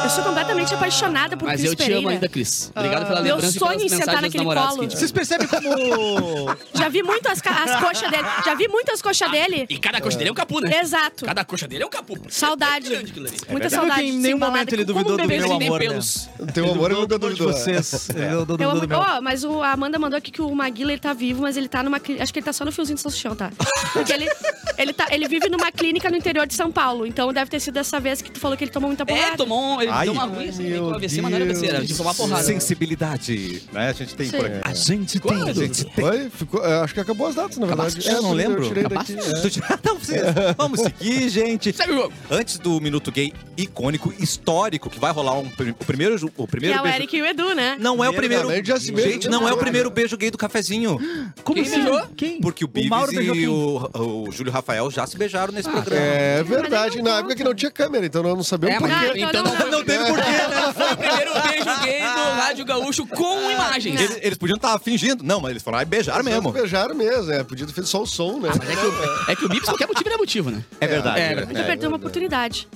C: Eu sou completamente apaixonada por
F: mas
C: Cris
F: eu te amo
C: Pereira.
F: ainda, Cris. Obrigado pela
C: Meu
F: lembrança e
C: sonho
F: pelas
C: em sentar
F: mensagens dos
C: naquele
F: namorados.
C: colo.
F: Que
D: Vocês
F: te...
D: percebem como...
C: Já vi muito as, ca- as coxas dele. Já vi muito as coxas dele.
F: E cada coxa dele é um capu, né?
C: Exato.
F: Cada coxa dele é um capu.
C: Saudade.
F: É grande aquilo ali.
C: Muita
D: Sabe
C: saudade.
D: que em
C: de
D: nenhum
C: ser embalada
D: momento ele
C: com-
D: duvidou
C: como um
D: do
C: bebê
F: Ele
D: meu
C: sem
F: tem
D: amor, né?
F: pelos.
E: Teu amor eu nunca
D: de
E: duvidou.
D: vocês. Ele não
C: Eu amo...
D: duvidou do meu.
C: Ó, mas o, a Amanda mandou aqui que o Maguila ele tá vivo, mas ele tá numa. cli- Acho que ele tá só no fiozinho de salsichão, tá? Porque ele, ele, tá, ele vive numa clínica no interior de São Paulo. Então deve ter sido dessa vez que tu falou que ele tomou muita porrada.
F: É, tomou um, ele
A: Ai.
F: deu uma ruim, assim,
E: Meu
F: com AVC, mas não era AVC, era tipo uma porrada.
A: Sensibilidade, né? A gente tem
C: Sim.
A: por aqui.
D: A gente tem...
F: Quando?
E: Foi? Ficou, eu acho que acabou as datas, na verdade.
A: Acabaste? Eu não lembro.
E: Eu tirei daqui.
A: Ah, Tu já- Não, vocês- Vamos seguir, gente.
F: Segue o jogo.
A: Antes do Minuto Gay icônico, histórico, que vai rolar um prim- o primeiro, ju- o
C: Que
A: primeiro
C: é o
A: beijo.
C: Eric e o Edu, né?
A: Não é o primeiro.
E: Primeiro, já se beijou.
A: Gente, não é o primeiro beijo gay do cafezinho.
D: Como
F: Quem beijou?
D: Quem?
A: Porque o Biggs
D: Mauro beijou
A: e
D: quem?
A: o, o Júlio Rafael já se beijaram nesse programa.
E: É
C: Mas
E: verdade.
C: eu
E: Na
C: não
E: época que não tinha câmera, então nós não sabemos
F: É,
E: por
F: mas-
E: quê.
C: Ah, então
F: Então
C: não,
F: não
C: não.
A: Não teve porquê, né?
F: Foi o primeiro beijo gay do Rádio Gaúcho com imagens.
A: Eles, eles podiam estar fingindo. Não, mas eles foram lá e beijaram mesmo.
E: Beijaram mesmo, é. Podia ter feito só o som, né?
F: Mas é que, o- é que o Bips qualquer motivo ele é motivo, né?
A: É verdade.
F: É,
C: Mas eu perdi uma oportunidade.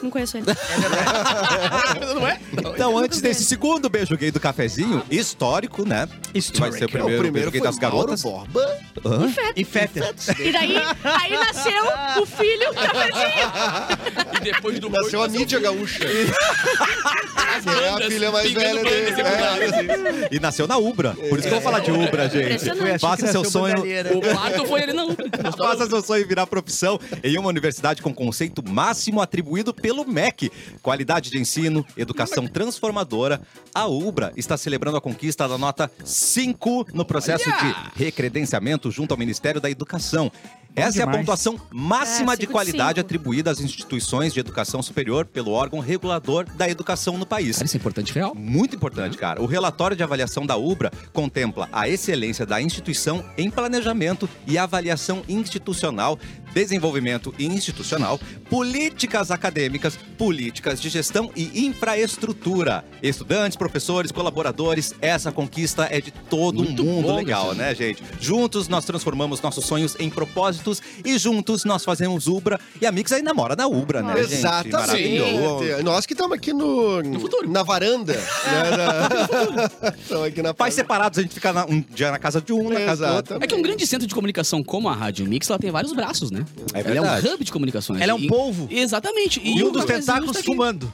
C: Não conheço ele.
F: Não é?
A: Então, antes desse segundo beijo gay do cafezinho, histórico, né? Que Vai ser o primeiro, beijo gay das garotas.
E: Mauro Borba.
A: Hã?
D: E Fetter.
C: E daí, aí nasceu o filho do cafezinho.
F: E depois do
E: Nasceu a Mídia Gaúcha. é a filha mais velha dele. é.
A: E nasceu na Ubra. Por isso que eu vou falar de Ubra,
D: assim
A: gente.
C: É, Impressionante.
A: Faça seu sonho.
F: O quarto foi ele, não.
A: Faça seu sonho virar profissão em uma universidade com conceito máximo atribuído pelo MEC. Qualidade de ensino, educação transformadora. A UBRA está celebrando a conquista da nota 5 no processo
F: Olha!
A: de recredenciamento junto ao Ministério da Educação. Essa é a
D: demais.
A: pontuação máxima
C: É,
A: de
C: cinco de
A: qualidade
C: cinco.
A: atribuída às instituições de educação superior pelo órgão regulador da educação no país.
F: isso é importante, real.
A: Muito importante,
F: Uhum.
A: cara. O relatório de avaliação da UBRA contempla a excelência da instituição em planejamento e avaliação institucional, desenvolvimento institucional, políticas acadêmicas, políticas de gestão e infraestrutura. Estudantes, professores, colaboradores, essa conquista é de todo
F: Muito
A: mundo.
F: bom,
A: Legal,
F: Luciano.
A: né, gente? Juntos nós transformamos nossos sonhos em propósitos e juntos nós fazemos UBRA. E a Mix aí namora na UBRA, né, gente? Maravilhoso.
E: Exatamente. Nós que estamos aqui no,
F: futuro.
E: na varanda. Estamos aqui na
A: Pais separados, a gente fica na- um dia na casa de um, na casa do outro.
E: Exatamente.
F: É que um grande centro de comunicação como a Rádio Mix, ela tem vários braços, né?
A: É
F: ela é um
A: verdade.
F: hub de comunicações.
D: Ela é um
F: E-
D: polvo.
F: Exatamente.
A: E um dos
F: o cafezinho
A: tentáculos
F: tá aqui.
A: fumando.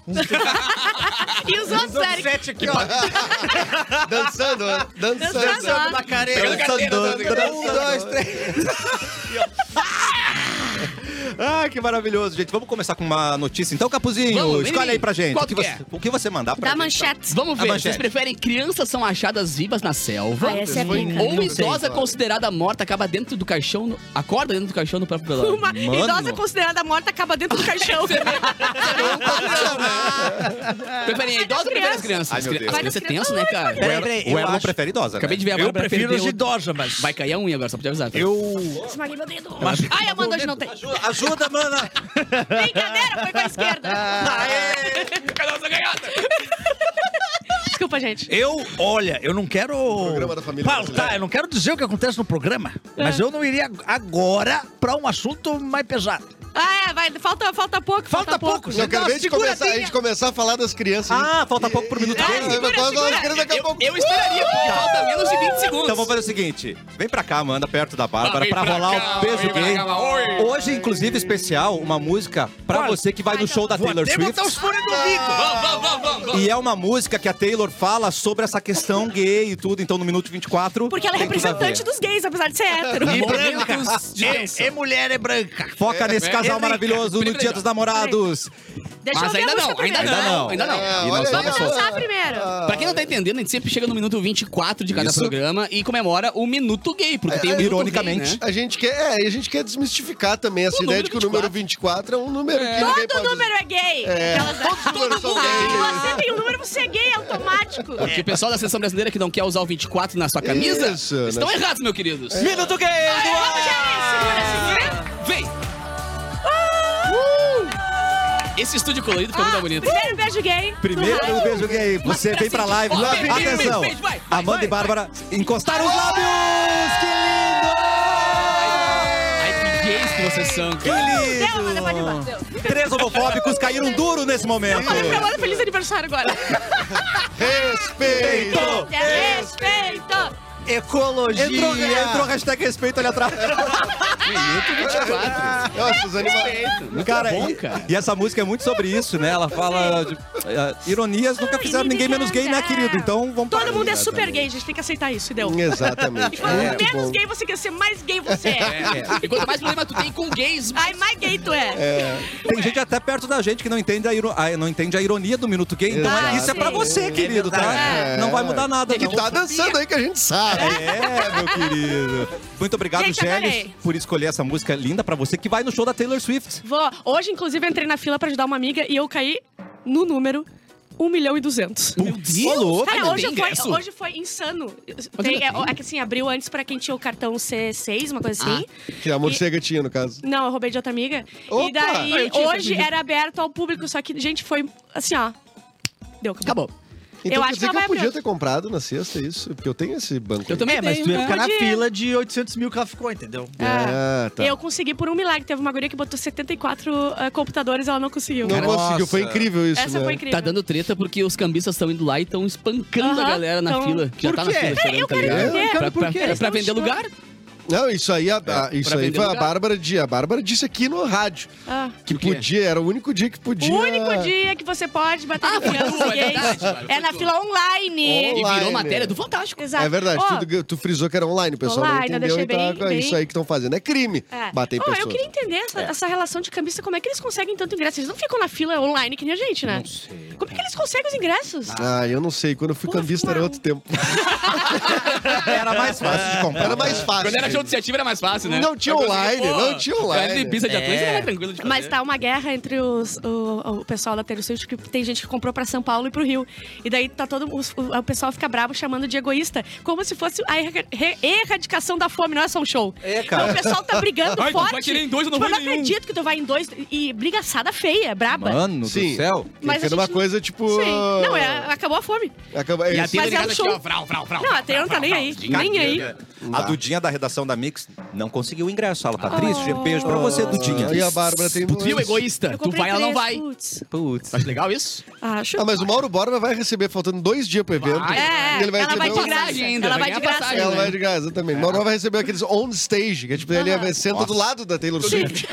C: E os outros, Eric.
D: Sete aqui, ó.
E: Dançando, né?
C: Dançando.
E: Dançando.
D: da
F: Pegando
D: careta.
F: carteira,
E: dançando.
A: Um, dois, três. Ah, que maravilhoso, gente. Vamos começar com uma notícia. Então, Capuzinho,
F: Vamos, vem aí.
A: escolhe aí pra gente.
F: Qual
A: o, que
F: que
A: você,
F: é?
A: o que você mandar pra
C: Da
A: gente,
C: manchete.
F: Vamos
A: A
F: ver,
A: manchete.
F: vocês preferem crianças são achadas vivas na selva?
C: Ah, essa é pica.
F: Ou
D: Não sei,
F: idosa
D: cara.
F: considerada morta acaba dentro do caixão, no- acorda dentro do caixão no próprio velório.
C: Uma
A: Mano.
C: idosa é considerada morta acaba dentro do caixão.
F: Preferem a idosa ou preferem as crianças?
A: Ai,
F: as
A: meu
F: cri-
A: Deus.
F: as crianças é tenso, né, cara?
A: Tá?
D: Peraí,
A: O
D: peraí,
A: Elon-
D: eu
A: O Elon
D: acho-
A: prefere idosa,
F: Acabei de
A: né?
F: ver agora.
D: Eu prefiro
F: perdeu
D: os de idosa, mas...
F: Vai cair a unha agora, só pra te avisar. tá?
A: Eu...
C: Esmaguei meu dedo. Ai, Amanda, hoje não tem.
A: Ajuda, ajuda, mana!
C: Brincadeira, foi pra esquerda. Desculpa, gente.
D: Eu, olha, eu não quero
E: Programa da família
D: pautar,
E: brasileira.
D: eu não quero dizer o que acontece no programa,
C: É.
D: mas eu não iria agora pra um assunto mais pesado.
C: Ah, é, vai, falta, falta pouco. Falta,
D: Falta pouco,
E: Eu quero ver a gente
D: Segura
E: começar, a gente começar a falar das crianças.
A: Ah, falta pouco pro minuto
E: Ah,
A: dele.
E: vai falar das crianças daqui a pouco.
F: Eu
D: Uh!
F: esperaria, porque falta menos de 20 segundos.
A: Então vamos fazer o seguinte: vem pra cá, Amanda, perto da Bárbara,
F: Ah, vem
A: pra
F: pra
A: rolar
F: cá,
A: o beijo
F: vem pra
A: gay.
F: cá, oi.
A: Hoje, inclusive, especial, uma música pra
D: Olha,
A: você que vai no
C: vai,
A: show da
D: Vou
A: Taylor
D: até
A: Swift.
D: botar os fones do bico.
F: Vamos, vamos, vamos, vamos, vamos.
A: E é uma música que a Taylor fala sobre essa questão gay e tudo, então no minuto 24.
C: Porque ela é
A: tem tudo a ver.
C: representante dos gays, apesar de ser hétero.
D: E branca.
F: Momentos de dança.
D: E, e mulher é branca.
A: Foca nesse
F: é,
A: casal
F: é,
A: maravilhoso no
F: privilégio.
A: Dia dos Namorados.
C: Deixa eu
F: Mas
C: ver
F: ainda
C: a música
F: não, ainda
C: primeiro.
A: Ainda não.
F: não, ainda não.
E: É,
A: E
E: olha
A: nós
E: aí,
A: vamos
E: ó.
A: soltar.
C: Lançar primeiro.
E: Ah,
F: Pra quem não tá entendendo, a gente sempre chega no minuto 24 de cada
A: Isso.
F: programa e comemora o minuto gay,
C: É,
F: porque tem o minuto
A: Ironicamente.
F: gay, né?
E: A gente quer, é, e a gente quer desmistificar também essa
F: O
E: ideia
F: número
E: de que o número 24 é um número que ninguém
C: Todo
E: pode...
C: número é gay.
E: É,
C: Aquelas-
E: todos os números são gays.
C: Se você tem um número, você é gay, é automático.
F: Porque o pessoal da seleção brasileira que não quer usar o 24 na sua camisa
E: Isso,
F: estão
E: né?
F: errados, meus queridos.
C: É.
A: Minuto gay!
C: Vamos, gente, segura, segura.
F: Vem! Esse estúdio colorido ficou muito
C: Ah,
F: é bonito.
C: primeiro beijo gay.
A: Primeiro
C: do rádio.
A: beijo gay, você
F: pra
A: vem pra
C: assim
F: sentir-
A: live.
F: Ó,
A: Lá-
F: beijo, beijo,
A: Atenção!
F: beijo, vai, vai,
A: Amanda
F: vai,
A: e Bárbara encostaram os lábios! Que
F: Ai,
A: lindo!
F: que gays que vocês são, cara.
A: Que
C: Deu, Amanda, pode ir lá.
A: lindo!
C: Deu.
A: Três homofóbicos caíram duro nesse momento.
C: Fala pra Amanda, feliz aniversário agora.
E: Respeito!
C: Respeito.
D: Ecologia.
A: Entrou, entrou hashtag respeito ali atrás.
F: Minuto 24.
E: Nossa, os animais...
F: Muito
A: Cara,
F: bom,
A: e-
F: cara.
A: E, essa música é muito sobre isso, né? Ela fala. de- eh, ironias nunca fizeram ninguém menos gay, né, querido? Então vamos parar.
C: Todo mundo é super gay, a gente tem que aceitar isso, e deu. E
E: Exatamente.
C: quanto
E: Muito
C: menos
E: É, bom.
C: gay você quer ser, mais gay você é.
F: E quanto mais problema tu tem com gays,
C: Ai, mais gay tu é.
A: Tem gente gente até perto da gente que não entende a, iro- a- não entende a ironia do Minuto Gay. Então
C: Exato.
A: isso é pra
C: Sim.
A: você,
D: É
A: querido, tá?
E: verdade.
A: Não vai mudar nada.
E: Que
A: não.
E: tá dançando aí que a gente sabe.
A: É, meu querido. Muito obrigado,
C: Gente,
A: Gélis,
C: adorei.
A: por escolher essa música linda pra você que vai no show da Taylor Swift.
C: Vó, hoje, inclusive, eu entrei na fila pra ajudar uma amiga e eu caí no número 1 milhão e 200.
F: Meu Deus!
A: louco.
C: Cara,
F: Ainda
C: hoje
F: tem ingresso?
C: foi, hoje foi insano. Tem-
F: ainda
C: é,
F: tem?
C: é que assim, abriu antes pra quem tinha o cartão C6, uma coisa assim.
E: Que a morcega tinha, no caso.
C: Não, eu roubei de outra amiga.
E: Ah. Opa!
C: E daí,
F: Ah, eu tinha
C: hoje
F: essa
C: era aberto ao público, só que, gente, foi assim, ó. Deu, acabou.
F: Acabou.
E: Então
C: Eu
E: quer
C: acho
E: dizer
C: que
E: que
C: ela
E: eu
C: vai
E: podia
C: abrir.
E: ter comprado na sexta isso? Porque eu tenho esse banco.
F: Eu
E: aí.
F: também
D: É, mas tu ia
F: tenho,
D: ficar
F: né?
D: na
C: Podia.
D: fila de 800 mil que ela ficou, entendeu?
E: Ah, tá.
C: Eu consegui por um milagre. Teve uma guria que botou 74 ah, computadores e ela não conseguiu.
E: Não
F: Cara,
E: conseguiu,
A: nossa.
E: foi incrível isso,
C: Essa
E: né?
C: foi incrível.
F: Tá dando treta porque os cambistas estão indo lá e estão espancando a
C: Aham,
F: galera na
C: então-
F: fila. Já
D: Por
F: tá na
D: quê?
F: fila esperando,
C: eu
F: tá
C: quero
F: ligado?
C: entender.
F: Pra, pra,
C: Por quê?
F: pra,
C: Eles tão
F: vender
C: chorando.
F: lugar.
E: Não, isso aí, a, a- isso
F: É, pra
E: aí
F: vender
E: foi a
F: lugar.
E: Bárbara disse. A Bárbara disse aqui no rádio
C: Ah.
E: que
F: O quê?
E: podia, era o único dia que podia.
C: O único dia que você pode bater na fila
F: foi tu, é
C: gays
F: verdade, cara,
C: é
F: foi
C: na
F: tu.
C: fila online.
E: Online.
F: E virou matéria do Fantástico.
C: Exato.
E: É verdade,
C: Ó,
E: tu, tu frisou que era online, o pessoal
C: Online, eu
E: não entendeu e
C: deixei
E: tá
C: bem-
E: com
C: bem-
E: isso aí que estão fazendo. É crime
C: É.
E: bater em
C: Ó, eu
E: pessoas.
C: queria entender essa, essa relação de cambista, como é que eles conseguem tanto ingresso? Eles não ficam na fila online que nem a gente, né? Como é que eles conseguem os ingressos?
E: Ah, eu não sei, quando eu fui
C: Porra,
E: cambista era
C: não.
E: outro tempo.
A: Era mais fácil de comprar.
E: Era mais fácil.
F: Quando era show de iniciativa era mais fácil, né?
E: Não tinha
F: Agora,
E: online,
F: pô,
E: não tinha online.
F: Era de pista de atores, era tranquilo de fazer.
C: Mas tá uma guerra entre os- o, o pessoal da Taylor Swift, que tem gente que comprou pra São Paulo e pro Rio. E daí tá todo os- o, o pessoal fica bravo chamando de egoísta, como se fosse a erra- re- erradicação da fome, não é só um show.
A: É, cara.
C: Então o pessoal tá brigando
F: Ai, tu vai
C: forte.
F: querer em dois, eu não vou
C: Tipo, eu
F: em
C: não
F: nenhum.
C: acredito que tu vai em dois e briga assada feia, braba.
A: Mano
E: Sim.
A: do céu.
C: Mas a
E: Era
C: gente
E: uma
C: não-
E: coisa tipo.
C: Sim. Não, é, acabou a fome.
E: Acaba...
F: E a Taylor
C: Mas
E: isso-
C: é um
F: ligada aqui,
C: show.
F: ó, vrau, vrau, vrau.
C: Não, a Taylor não tá nem aí. Nem aí.
A: A Dudinha da redação da Mix não conseguiu o ingresso. Ela tá triste. Beijo pra você, Dudinha.
E: E a Bárbara tem
F: Tu viu,
E: dois.
F: egoísta?
C: Eu
F: É, Tu
C: comprei
F: vai, ela não
C: três,
F: vai.
C: putz.
A: Putz.
F: Acho legal isso?
C: Acho.
E: Ah, mas o Mauro Borba vai receber, faltando dois dias pro evento.
F: Vai.
C: É,
E: E ele vai
C: ela vai
E: receber
C: de
E: um-
C: graça.
F: Passagem ainda,
C: Ela
F: vai
C: vai de
F: ganhar
C: graça.
F: passagem.
E: Ela
F: né?
E: vai de graça também. Mauro vai receber aqueles on stage, que é tipo, ele
F: Ah.
E: vai- senta do lado da Taylor Swift.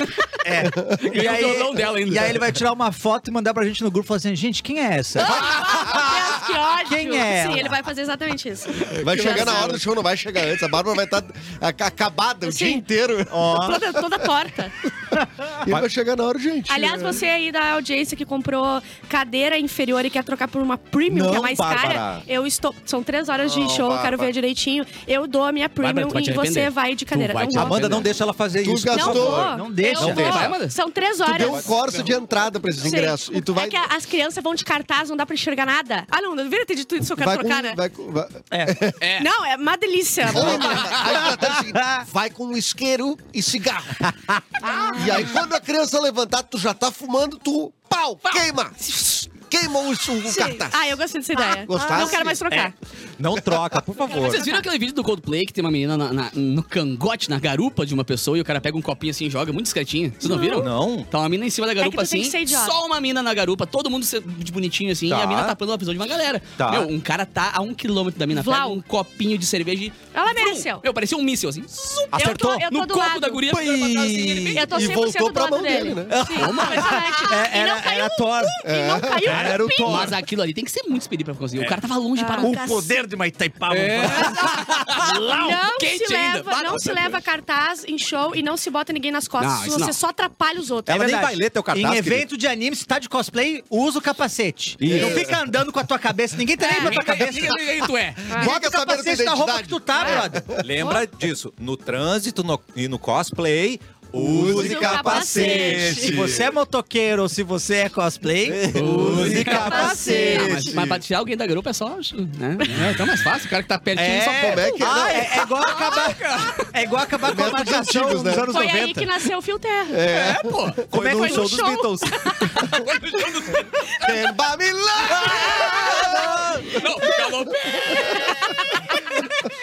D: É.
F: Ganhou o violão dela ainda.
D: e aí ele vai tirar uma foto e mandar pra gente no grupo e falar assim, gente, quem é essa?
C: Ah! Meu Deus, que ódio.
D: Quem é ela?
C: Sim, ele vai fazer exatamente isso.
E: Vai
C: Que
E: chegar na
C: engraçado.
E: hora do show, não vai chegar antes. A Bárbara vai estar acabada o
C: Sim.
E: dia inteiro.
C: Toda, toda torta.
E: E vai chegar na hora, gente.
C: Aliás, você aí da audiência que comprou cadeira inferior e quer trocar por uma premium,
A: Não,
C: que é mais
A: Bárbara.
C: cara, eu estou. São três horas de
E: Não,
C: show, eu
E: Bárbara.
C: quero ver direitinho. Eu dou a minha
F: Bárbara,
C: premium
F: tu vai te
C: e você
F: arrepender.
C: vai de cadeira.
F: Tu vai te
C: não vou.
A: Amanda, não deixa ela fazer
E: Tu
A: isso.
E: gastou.
C: Não
E: Pastor,
C: vou.
D: não deixa.
C: Eu
F: Não
C: vou.
F: deixa. Amanda?
C: São três
E: Tu
C: horas.
E: deu um corso de entrada pra esses
C: Sim.
E: ingressos. E tu vai.
C: É que as crianças vão de cartaz, não dá pra enxergar nada. Ah, não, não deveria ter dito isso, eu quero
E: Vai com, um
C: trocar, né?
E: vai com, vai,
F: É.
C: Não, é uma delícia.
E: Aí tá assim, vai com isqueiro e cigarro. E aí, quando a criança levantar, tu já tá fumando, tu pau, queima! Queima o, o
C: Sim.
E: cartaz.
C: Ah, eu gostei dessa ideia.
E: Gostasse?
C: Não quero mais trocar.
A: Não troca, por favor.
F: Vocês viram aquele vídeo do Coldplay que tem uma menina na- na- no cangote, na garupa de uma pessoa e o cara pega um copinho assim e joga, muito discretinho. Vocês não, viram?
A: Não.
F: Tá uma mina em cima da garupa
C: É que tu tem
F: assim,
C: que ser idiota.
F: só uma mina na garupa, todo mundo se- de bonitinho assim,
A: Tá.
F: e a mina tapando o visão de uma galera.
A: Tá.
F: Meu, um cara tá a um quilômetro da mina, pega
C: Vlau.
F: um copinho de cerveja e...
C: Ela mereceu.
F: Meu, parecia um míssil assim, zum,
A: Acertou?
C: Eu tô, eu tô
F: no
C: do
F: copo
C: lado.
F: da guria.
A: Pai.
F: pra trás, assim, ele-
C: Eu tô
E: E
C: 100%
E: voltou
C: do
E: pra
C: lado
E: mão
C: dele.
E: dele, né?
C: Sim, impressionante.
D: É,
C: e não
D: era,
C: caiu,
D: era Thor.
A: É.
C: e não caiu.
D: Cara, era o Thor.
F: Mas aquilo ali tem que ser muito expedido pra conseguir. O cara tava longe
C: Ah.
F: para um
D: de uma Itaipava.
A: É.
C: Não
F: quente
C: se
F: ainda.
C: leva, não se leva cartaz em show e não se bota ninguém nas costas.
F: Não, isso
C: você
F: não.
C: só atrapalha os
D: É
C: outros.
A: Ela nem vai ler teu cartaz,
D: Em evento de anime, se tá de cosplay, usa o capacete.
A: Isso.
D: Não fica andando com a tua cabeça. Ninguém tá nem com a tua cabeça.
F: Quem tu é?
E: Bota
D: O capacete da roupa que tu tá, brother.
A: Lembra disso. No trânsito no- e no cosplay, use
E: Use
A: capacete.
C: capacete.
D: Se você é motoqueiro ou se você é cosplay,
A: Use
D: É,
F: Ah,
A: capacete.
F: mas, mas pra tirar alguém da garupa é só. Né? É tão mais fácil. O cara que tá pertinho
D: É.
F: só
E: Como é que é?
D: Ah,
E: Não,
D: é, é igual acabar, é igual acabar com a
E: Métodos
D: marcação
E: antigos, né?
D: dos anos
C: Foi aí
D: 90.
C: que nasceu o Fio Terra.
F: É, pô.
A: Como é que
C: Foi
A: foi
C: no
A: no show dos
C: show.
A: Beatles?
E: Ten by me love.
F: Não, calou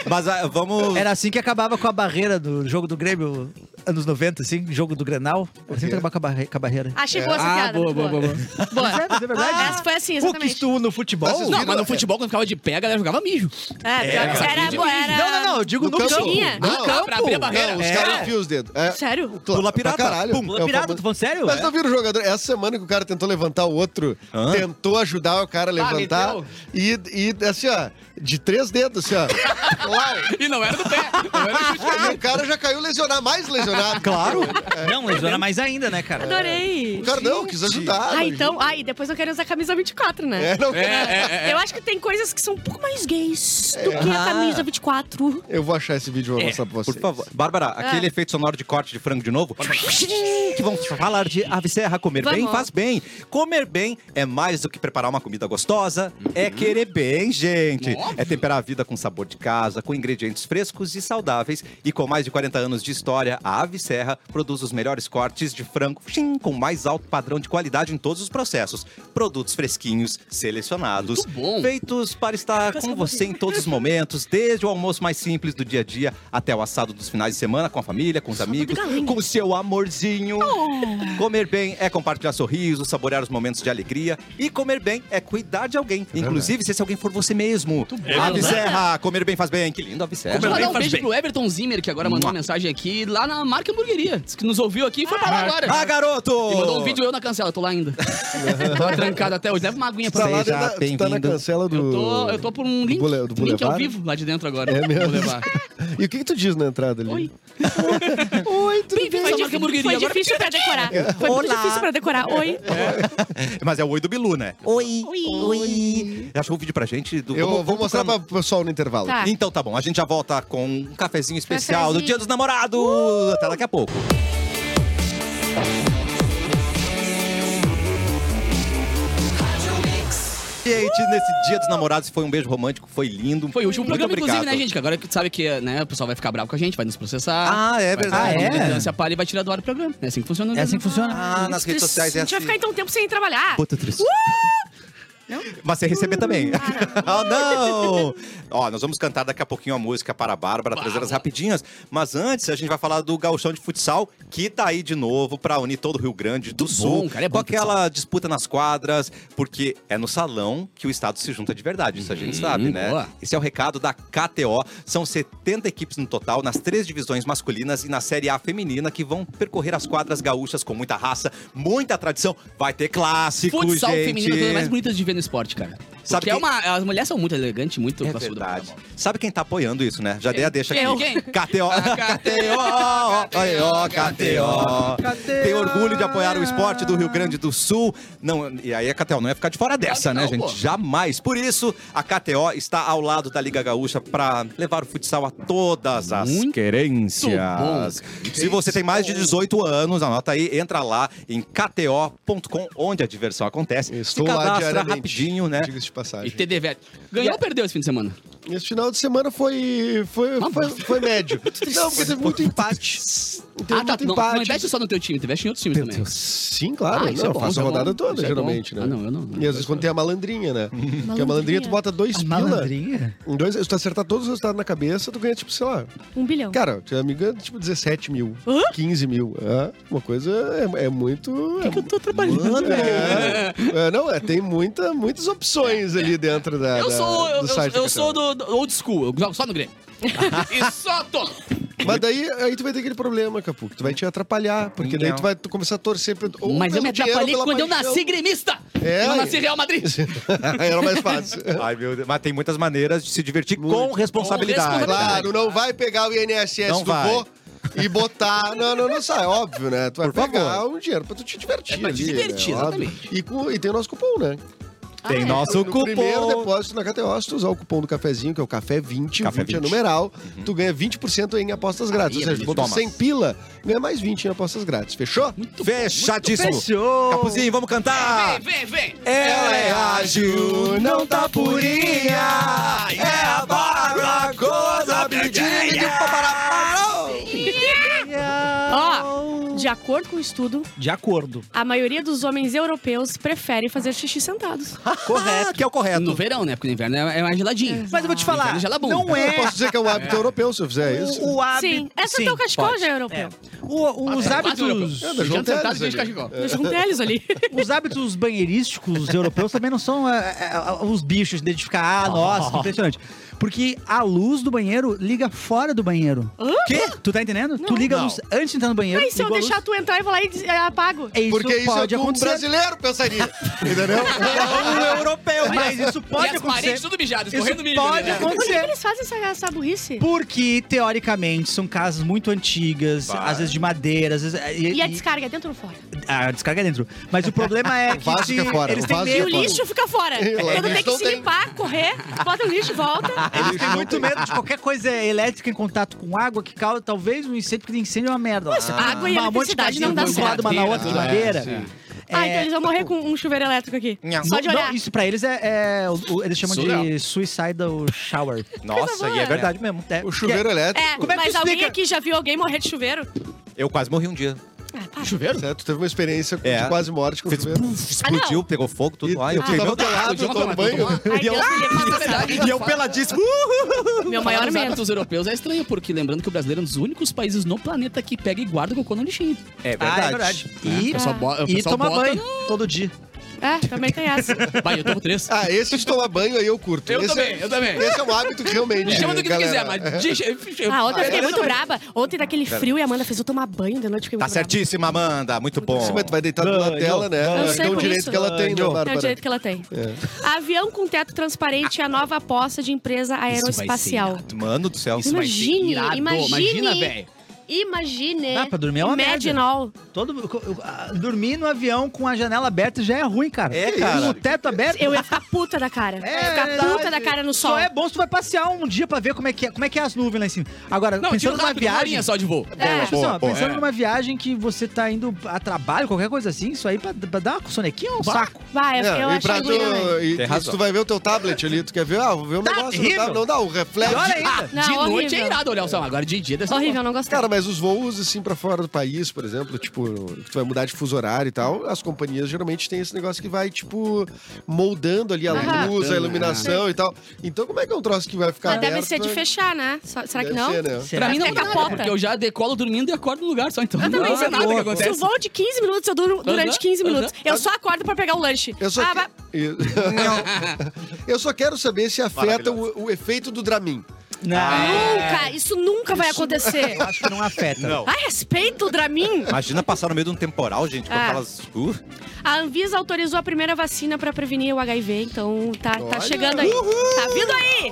A: Mas ah, vamos...
D: Era assim que acabava com a barreira do jogo do Grêmio, anos 90, assim, jogo do Grenal. Sempre acabava com a, barre- com a barreira.
C: Ah, chegou essa
F: Ah,
C: piada.
F: boa,
C: muito
F: boa, boa. boa.
C: Boa.
D: Mas é, mas é verdade.
C: Essa foi assim, exatamente.
D: Conquistou no futebol?
E: Vocês
F: Não, mas no futebol, quando ficava de pé, a galera jogava mijo.
C: É, pior que isso era, boa, era...
D: Não, não, não, eu digo
E: No
D: no,
E: campo.
D: campo.
C: Tirinha?
E: Não,
D: No
F: Pra- Pra abrir a
D: campo.
F: barreira.
E: Não, os
D: É.
E: caras enfiam os dedos. É,
C: Sério?
E: cla-
A: Pula
E: pra
A: pirata.
E: Caralho.
A: Pula
E: É o
D: Pirata,
E: famoso-
D: tu falando sério? É.
E: Mas não viram o jogador? Essa semana que o cara tentou levantar o outro,
A: Hã?
E: tentou ajudar o cara a levantar.
F: meteu?
E: e, e assim, ó, de três dedos, assim, ó. Uau!
F: E não era do pé. Não era do chute.
E: E o cara já caiu lesionado, mais lesionado. Claro.
D: Não, lesiona mais ainda, né, cara?
C: Adorei.
E: Cara, não, quis ajudar.
C: Ah, então. Ah, e depois eu quero usar a camisa 24, né?
E: É, não,
C: Eu acho que tem coisas que são um pouco mais gays do que a camisa 24.
E: Eu vou achar esse vídeo e vou mostrar pra vocês.
A: Por favor. Bárbara, aquele efeito sonoro de corte de frango de novo. que vão falar de ave serra. Comer bem
C: Vamos.
A: faz bem. Comer bem é mais do que preparar uma comida gostosa. É querer bem, gente. É temperar a vida com sabor de casa, com ingredientes frescos e saudáveis. E com mais de 40 anos de história, a Ave Serra produz os melhores cortes de frango tchim, com mais alto padrão de qualidade em todos os processos. Produtos fresquinhos, selecionados,
F: Muito bom.
A: feitos para estar com você em todos os momentos, desde o almoço mais simples do dia a dia até o assado dos finais de semana com a família, com os amigos, com o seu amorzinho.
F: Oh.
A: Comer bem é compartilhar sorrisos, saborear os momentos de alegria e comer bem é cuidar de alguém, inclusive se esse alguém for você mesmo.
F: bom. né?
A: Ave Serra, comer bem faz é bem. Que lindo, Ave Serra.
F: Deixa eu
G: Comer
F: mandar
G: bem
F: um
G: faz
F: beijo
G: bem.
F: pro Everton Zimmer, que agora mandou uma mensagem aqui lá na marca hamburgueria. Diz que nos ouviu aqui e foi pra lá agora.
A: Ah, garoto!
F: E mandou um vídeo eu na cancela, eu tô lá ainda. Tava trancado até hoje. Leva uma aguinha pra
E: Tá
F: mim.
E: lá
A: Seja
E: dentro da- tu tá na
A: bem-vindo.
E: cancela do.
F: Eu tô, eu tô por um
E: do
F: link,
E: bule- do
F: link ao
E: Boulevard?
F: vivo lá de dentro agora.
E: É mesmo?
F: Vou levar.
E: E o que, que tu diz na entrada ali?
C: Oi.
E: Oi, tudo bem?
C: Foi,
F: Essa
C: di-
F: marca hamburgueria
C: foi
F: agora-
C: difícil pra decorar. Foi muito difícil pra decorar. Oi.
A: Mas é o oi do Bilu, né? Oi,
C: Oi.
A: Achou o um vídeo pra gente? Do...
E: Eu
A: vamos-
E: vou
A: vamos
E: mostrar
A: procurar
E: pro pessoal no intervalo.
C: Tá.
A: Então tá bom, a gente já volta com um cafezinho especial do
C: Cafezinho.
A: Dia dos Namorados. Até daqui a pouco. Gente, nesse Dia dos Namorados foi um beijo romântico, foi lindo.
F: Foi o último
A: Muito
F: programa, inclusive,
A: obrigado.
F: né, gente? Que agora que sabe que né, o pessoal vai ficar bravo com a gente, vai nos processar.
A: Ah, é
F: vai
A: verdade.
D: Ah, é?
F: Vigilância palha e vai tirar do ar o programa. É assim que funciona.
D: É assim que funciona. Uh!
A: Ah, nas redes sociais é
C: A gente
A: assim.
C: vai ficar então um tempo sem trabalhar.
A: Puta triste. Mas sem receber também.
F: Hum,
A: oh, não! Ó, nós vamos cantar daqui a pouquinho a música para a Bárbara, trazer as rapidinhas. Mas antes, a gente vai falar do gauchão de futsal, que tá aí de novo pra unir todo o Rio Grande do
F: Muito
A: Sul.
F: bom, cara, é bom
A: com aquela disputa nas quadras, porque é no salão que o Estado se junta de verdade. Isso a gente sabe, né?
F: Uhum, boa.
A: Esse é o recado da KTO. São 70 equipes no total, nas três divisões masculinas e na Série A feminina, que vão percorrer as quadras gaúchas com muita raça, muita tradição. Vai ter clássico,
F: Futsal
A: gente.
F: feminino, é uma das mais bonitas de ver no esporte, cara. Sabe
A: Sabe
F: que é
A: quem-
F: uma, as mulheres são muito elegantes, muito
A: É
F: classudas.
A: verdade. Sabe quem tá apoiando isso, né? Já dei a deixa aqui.
F: Eu. Quem?
A: KTO.
F: A
A: KTO. Aí, ó, KTO.
D: KTO.
A: Tem orgulho de apoiar o esporte do Rio Grande do Sul. Não, e aí a KTO não ia ficar de fora dessa,
F: Claro
A: né,
F: que não,
A: gente?
F: pô.
A: Jamais. Por isso, a KTO está ao lado da Liga Gaúcha para levar o futsal a todas as
F: Muito
A: querências. Se você tem mais de 18 anos, anota aí, entra lá em kto.com, onde a diversão acontece.
E: Estou
A: Se
E: lá
A: cadastra
E: diariamente.
A: rapidinho, né?
E: Diga-se de
F: E
E: passagem.
F: TD velho. Ganhou ou perdeu esse fim de semana?
E: Esse final de semana foi, foi, foi, foi médio. Não, porque teve muito empate. Teve
F: ah, tá.
E: muito
F: Não, não
E: empate.
F: investe só no teu time, tu investe em outros times também.
E: Sim, claro.
F: Ah, isso
E: não,
F: é bom,
E: faço
F: isso
E: a
F: é bom.
E: rodada toda,
F: Isso é bom.
E: geralmente, né?
F: Ah, não, eu não. Hum.
E: E às vezes quando tem a malandrinha, né? Porque a malandrinha
C: Malandrinha.
E: tu bota dois pila.
D: Malandrinha?
E: em Dois, se tu acertar todos os resultados na cabeça, tu ganha, tipo, sei lá.
F: Então.
C: Um bilhão.
E: Cara, tu me ganha, tipo, 17 mil,
C: Hã?
E: 15 mil. é, uma coisa é, é muito. é-
F: eu tô trabalhando.
E: é, é, não, é, tem muita, muitas opções ali dentro da.
F: Eu
E: da-
F: sou, eu,
E: É, do
F: eu-
E: site
F: eu
E: da
F: sou do, do old school, eu jogo só no Grêmio. e só tô.
E: Mas daí aí tu vai ter aquele problema, Capu, que tu vai te atrapalhar, porque daí tu vai tu começar a torcer pelo. ou
F: Mas eu
E: pelo
F: me
E: dinheiro,
F: atrapalhei
E: pela
F: quando eu
E: paixão.
F: nasci gremista.
E: É,
F: eu
E: aí.
F: nasci Real Madrid.
E: Era mais fácil.
A: Ai, meu Deus. Mas tem muitas maneiras de se divertir com
F: Com
A: responsabilidade.
F: responsabilidade.
E: Claro, não vai pegar o INSS
A: Não
E: do
A: vai.
E: vô e botar. Não, não, não sai, óbvio, né? Tu vai
A: Por favor.
E: pegar um dinheiro pra tu te divertir.
F: É pra te
E: ali,
F: divertir,
E: né? Óbvio. E, com- e tem o nosso cupom, né?
A: Tem nosso
E: no
A: cupom.
E: primeiro depósito na KTO, se tu usar o cupom do cafezinho, que é o Café 20,
A: Café Uhum.
E: o 20 é
A: 20.
E: numeral, tu ganha 20% em apostas grátis.
F: Aí,
E: Ou seja,
F: é
E: botou
A: bonito.
E: 100 pila, ganha mais 20 em apostas grátis. Fechou?
A: Fechadíssimo.
D: Fechou.
A: Capuzinho, vamos cantar.
F: Vem, vem, vem.
A: Ela é ágil, não tá purinha. É a barra coisa
C: Ó, de acordo com o estudo,
D: De acordo.
C: a maioria dos homens europeus prefere fazer xixi sentados.
A: Correto. Que é o correto.
F: No verão, né? Porque no inverno é é mais geladinho.
D: Mas eu vou te
F: No
D: falar,
F: inverno gela a bunda.
D: não
E: Eu posso
D: é
E: dizer que é um hábito europeu se eu fizer isso.
D: o, o hábito...
C: Sim. Essa
D: Sim,
C: é teu cachecol
D: pode.
C: já é europeu.
D: É. O- os
F: É, quase
D: hábitos...
F: europeu.
E: É, da João
F: Janta sentado
E: Teles
F: e
E: ali.
F: cachecol.
C: Nos junteles ali.
D: Os hábitos banheirísticos europeus também não são é, é, é, os bichos de identificar, ah, nossa, que impressionante. Porque a luz do banheiro liga fora do banheiro. Quê? Tu tá entendendo? Tu liga a
E: Não.
D: luz antes de entrar no banheiro.
C: Aí se eu
D: liga a luz.
C: deixar tu entrar, eu vou lá e des- eh, apago.
D: É Isso
E: Porque isso
D: pode
E: é o que um
D: acontecer.
E: brasileiro pensaria. Entendeu?
A: Um europeu.
D: Mas isso
F: e
D: pode
F: as paredes
D: acontecer.
F: tudo mijadas,
D: Isso
F: correndo milho.
D: pode
F: né?
C: Por que, que
D: acontecer.
C: eles fazem essa, essa burrice?
D: Porque, teoricamente, são casas muito antigas,
A: Vai.
D: às vezes de madeira, às vezes. E,
C: E a
D: e-
C: descarga é dentro ou fora?
D: a descarga é dentro. Mas o problema é que.
E: vaso
D: se-
E: fica fora,
D: Eles
E: o
D: têm
E: vaso
C: E
D: medo.
C: o lixo fica fora.
E: Eu
C: Quando tem
E: lixo
C: que
E: não
C: se
E: tem.
C: limpar, correr, bota o lixo e volta.
D: Eles têm muito medo de qualquer coisa elétrica em contato com água que causa talvez um incêndio, porque incêndio é uma merda. Mas
C: água e eletricidade não dá certo.
D: Uma na outra de madeira.
C: Ah, então eles vão morrer com um chuveiro elétrico aqui. Só
D: Não,
C: de
D: não,
C: olhar.
D: isso pra eles é. é o- o- eles chamam de suicidal shower.
A: Nossa, e é verdade mesmo.
D: É,
E: O chuveiro elétrico.
C: É,
D: Como é que
C: mas
D: tu
C: alguém
D: explica-
C: aqui já viu alguém morrer de chuveiro?
A: Eu quase morri um dia.
C: Ah, para.
F: Chuveiro?
E: Certo? Tu teve uma experiência com-
A: É.
E: de quase morte com o
A: Fez então.
E: chuveiro.
A: puf, explodiu, pegou fogo,
E: E
A: tudo. Ai, Ah, eu
F: Ah,
E: tu
A: fiquei,
E: tava
A: meu Deus.
E: pelado,
F: tá Jonathan,
E: tomando
F: vai
E: banho.
F: tomar.
C: Ai, Deus me livre, mas é verdade.
A: E eu peladíssimo.
C: Meu
F: Falar
C: maior
F: dos
C: medo.
F: hábitos europeus é estranho, porque lembrando que o brasileiro é um dos únicos países no planeta que pega e guarda cocô no lixinho.
A: É
D: Ah, é
A: verdade.
D: verdade. E,
F: O pessoal bo- o
D: e
F: pessoal
D: tomar
F: bota-
D: banho todo dia.
C: É, também tem essa.
F: Vai, eu tomo três.
E: Ah, esse de tomar banho aí eu curto.
F: Eu
E: Esse
F: também,
E: é-
F: eu também.
E: Esse é um hábito que realmente.
F: Me chama do que tu
E: galera, é,
F: quiser, mas... de-
C: Ah, ontem eu fiquei muito braba. Ontem daquele frio e a Amanda fez eu tomar banho de noite. eu Fiquei muito
A: Tá
C: braba.
A: certíssima, Amanda. Muito bom.
E: Em cima tu vai deitar do lado
D: Ganhou,
E: dela, né?
D: ganhou.
C: Eu
E: Acho que
C: sei
E: é o
C: por
E: direito
C: isso.
E: que ela tem, né,
D: Ganhou.
E: Bárbara?
C: É o direito que ela tem.
E: É.
C: Avião com teto transparente é a nova aposta de empresa aeroespacial.
A: Mano do céu.
F: Isso vai ser
C: Imagine,
F: irado.
C: imagine.
F: Imagina, velho.
C: Imagine.
D: Ah, pra dormir é uma merda.
C: Medinol.
D: Todo, eu- ah, dormir no avião com a janela aberta já é ruim, cara.
A: É, cara.
D: O teto aberto.
C: Eu ia ficar puta da cara. eu ia ficar
D: É verdade.
C: puta da cara no sol.
D: Só é bom se tu vai passear um dia pra ver como é que é, como é, que é as nuvens lá em cima. Agora,
F: Não, tira
D: pensando numa
F: rápido, uma
D: viagem.
F: horinha só de voo.
D: É,
C: É.
D: tipo assim, ó,
A: Boa, boa,
D: pensando
F: é.
D: numa viagem que você tá indo a trabalho, qualquer coisa assim, isso aí pra, pra dar uma sonequinha é um saco.
C: Vai, eu, eu
E: e pra
C: achei
E: tu,
C: ruim também.
E: e,
A: Tem
E: e se
A: razão.
E: tu vai ver o teu tablet ali, tu quer ver, ah, vou ver o
D: Tá
E: negócio,
D: terrível.
E: não, dá, não dá, o reflexo.
D: Pior ainda.
C: Não,
F: de noite
C: horrível.
F: é irado olhar o céu. Agora de dia deve ser...
C: Horrível, não gostei.
E: Cara, mas os voos, assim, pra fora do país, por exemplo, tipo, que tu vai mudar de fuso horário e tal, as companhias geralmente têm esse negócio que vai, tipo, moldando ali a
C: Aham.
E: luz, a iluminação e tal. Então, como é que é um troço que vai ficar
C: Mas
E: aberto?
C: deve ser de fechar, né? Só- Será que
E: Deve
C: não?
E: ser, né?
F: Pra mim não
C: Até
F: dá nada,
C: capota.
F: porque eu já decolo dormindo e acordo no lugar só, então
C: Eu também,
F: não
C: se
F: é
C: eu
F: nada que
C: durmo- se o
F: acontece.
C: voo de 15 minutos, eu duro durante
F: Aham,
C: 15 minutos.
F: aham.
C: Eu só acordo pra pegar o lanche.
E: Eu só,
C: ah,
E: que-
C: vai-
E: Eu- Eu só quero saber se afeta o, o efeito do Dramin.
D: Não,
C: Nunca! Isso nunca vai acontecer.
D: eu acho que não afeta.
A: Não.
C: Ai, respeito o Dramin!
A: Imagina passar no meio de um temporal, gente, com
C: Ah.
A: aquelas. Uh,
C: A Anvisa autorizou a primeira vacina pra prevenir o HIV, então tá, tá
E: Olha.
C: chegando aí. Tá vindo aí!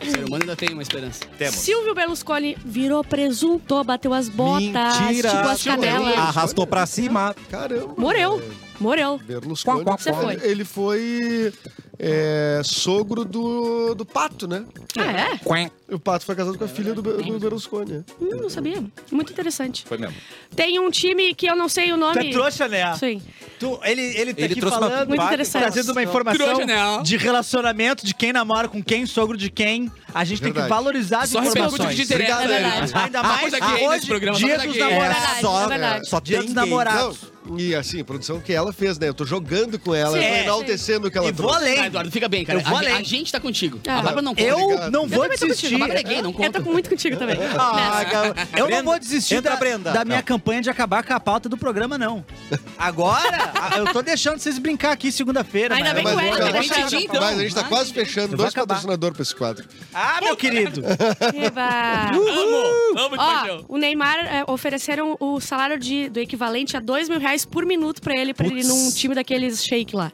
F: O ser humano ainda tem uma esperança.
A: temos.
C: Silvio Berlusconi virou presunto, bateu as botas,
A: Mentira.
C: esticou tá, tipo, as
E: Silvio
C: canelas.
E: Berlusconi.
A: Arrastou pra cima.
E: Caramba.
C: Morreu,
E: velho.
C: morreu.
E: Berlusconi.
A: Quá, quá,
C: Você quá. foi.
E: Ele foi é, sogro do, do Pato, né?
C: Ah, é?
E: E o Pato foi casado com a filha do, Be- do Berlusconi. né?
C: Hum, não sabia. Muito interessante.
A: Foi mesmo.
C: Tem um time que eu não sei o
D: Tu
C: nome.
D: é trouxa, né?
C: Sim.
D: Tu, ele, ele tá
A: Ele
D: aqui
A: trouxe uma
D: falando,
C: Muito interessante.
D: trazendo uma informação
F: Trouxa, né?
D: de relacionamento, de quem namora com quem, sogro de quem. A gente tem que
E: Verdade.
D: valorizar as
F: Só respeito
D: informações.
F: de interesse.
E: Obrigado,
F: né?
C: Lelê.
D: Ainda
F: Ah,
D: mais
F: coisa gay nesse
D: hoje,
F: programa, só
D: dia
F: coisa
D: dos
F: gay.
D: namorados.
C: verdade,
A: só,
C: é verdade.
A: só
D: Dia
A: tem
D: dos
A: gay.
E: Não,
D: namorados.
E: e assim, produção que ela fez, né? Eu tô jogando com ela,
C: Sim,
E: eu tô
C: é.
E: enaltecendo o que
D: E
E: ela
D: vou
E: trouxe.
D: além.
F: Ah, Eduardo, fica bem, cara.
D: Eu vou
F: a,
D: além.
F: a gente tá contigo.
C: Ah.
F: A Bárbara não conta.
D: Eu
E: Obrigado.
D: não
E: Eu
D: vou
C: também tô
D: desistir.
F: A Bárbara é gay, não
C: Eu tô
F: conta.
C: muito contigo também.
A: Ah,
C: Nessa.
A: cara.
D: Eu
A: Brenda,
D: não vou desistir
A: entra,
D: da,
A: Brenda.
D: da minha
A: Não.
D: campanha de acabar com a pauta do programa, não. Agora, a- eu tô deixando vocês brincar aqui segunda-feira.
C: Ainda bem
D: mas-
C: que o Eric
E: mas-
C: tá deixando.
F: então.
E: Mas a gente tá
F: Vai.
E: quase fechando
D: Eu
E: dois
D: vou acabar.
E: patrocinadores pra esse quadro.
D: Ah, meu querido.
C: Eba.
F: Amo, amo de
C: Ó,
F: paixão.
C: o Neymar é, ofereceram o salário de, do equivalente a dois mil reais por minuto pra ele, pra ele ir num time daqueles shake lá.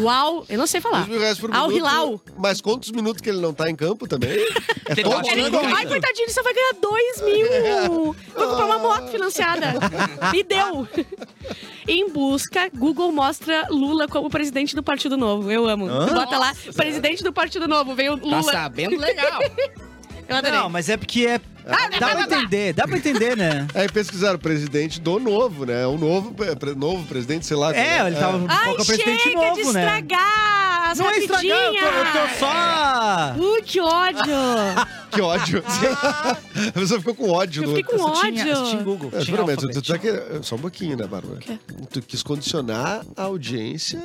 C: Uau, eu não sei falar.
E: Dois mil reais por
C: Al
E: minuto.
C: Hilal.
E: Mas quantos minutos que ele não tá em campo também? É
F: Tem
E: todo
F: bastante
E: mundo.
F: coisa.
C: Ai, coitadinho, ele só vai ganhar dois
D: É.
C: mil. Vou comprar uma moto financiada. E deu. Em busca, Google mostra Lula como presidente do Partido Novo. Eu amo. Tu bota lá, presidente do Partido Novo. Veio
F: Tá
C: Lula.
F: sabendo legal.
C: eu adorei.
D: Não, mas é porque é.
C: Ah,
D: dá pra entender, dá pra entender, né?
E: Aí pesquisaram, presidente do novo, né? O novo, pre- pre- novo presidente, sei lá.
D: É, ele tava
C: Ai,
D: com o presidente
C: chega de
D: novo, né?
C: estragar as
D: Não é estragar,
C: rapidinhas.
D: eu tô, eu tô só.
C: Uh, que ódio!
E: Ah, Que ódio. A pessoa ficou com ódio.
C: Eu
E: do-
C: fiquei com
D: Tinha, tinha
C: ódio.
D: Google.
E: É,
D: tinha
E: espera, mas tu-
D: alfabeto.
E: tu tá que- Só um pouquinho, né, Bárbara?
C: quê?
E: Tu quis condicionar a audiência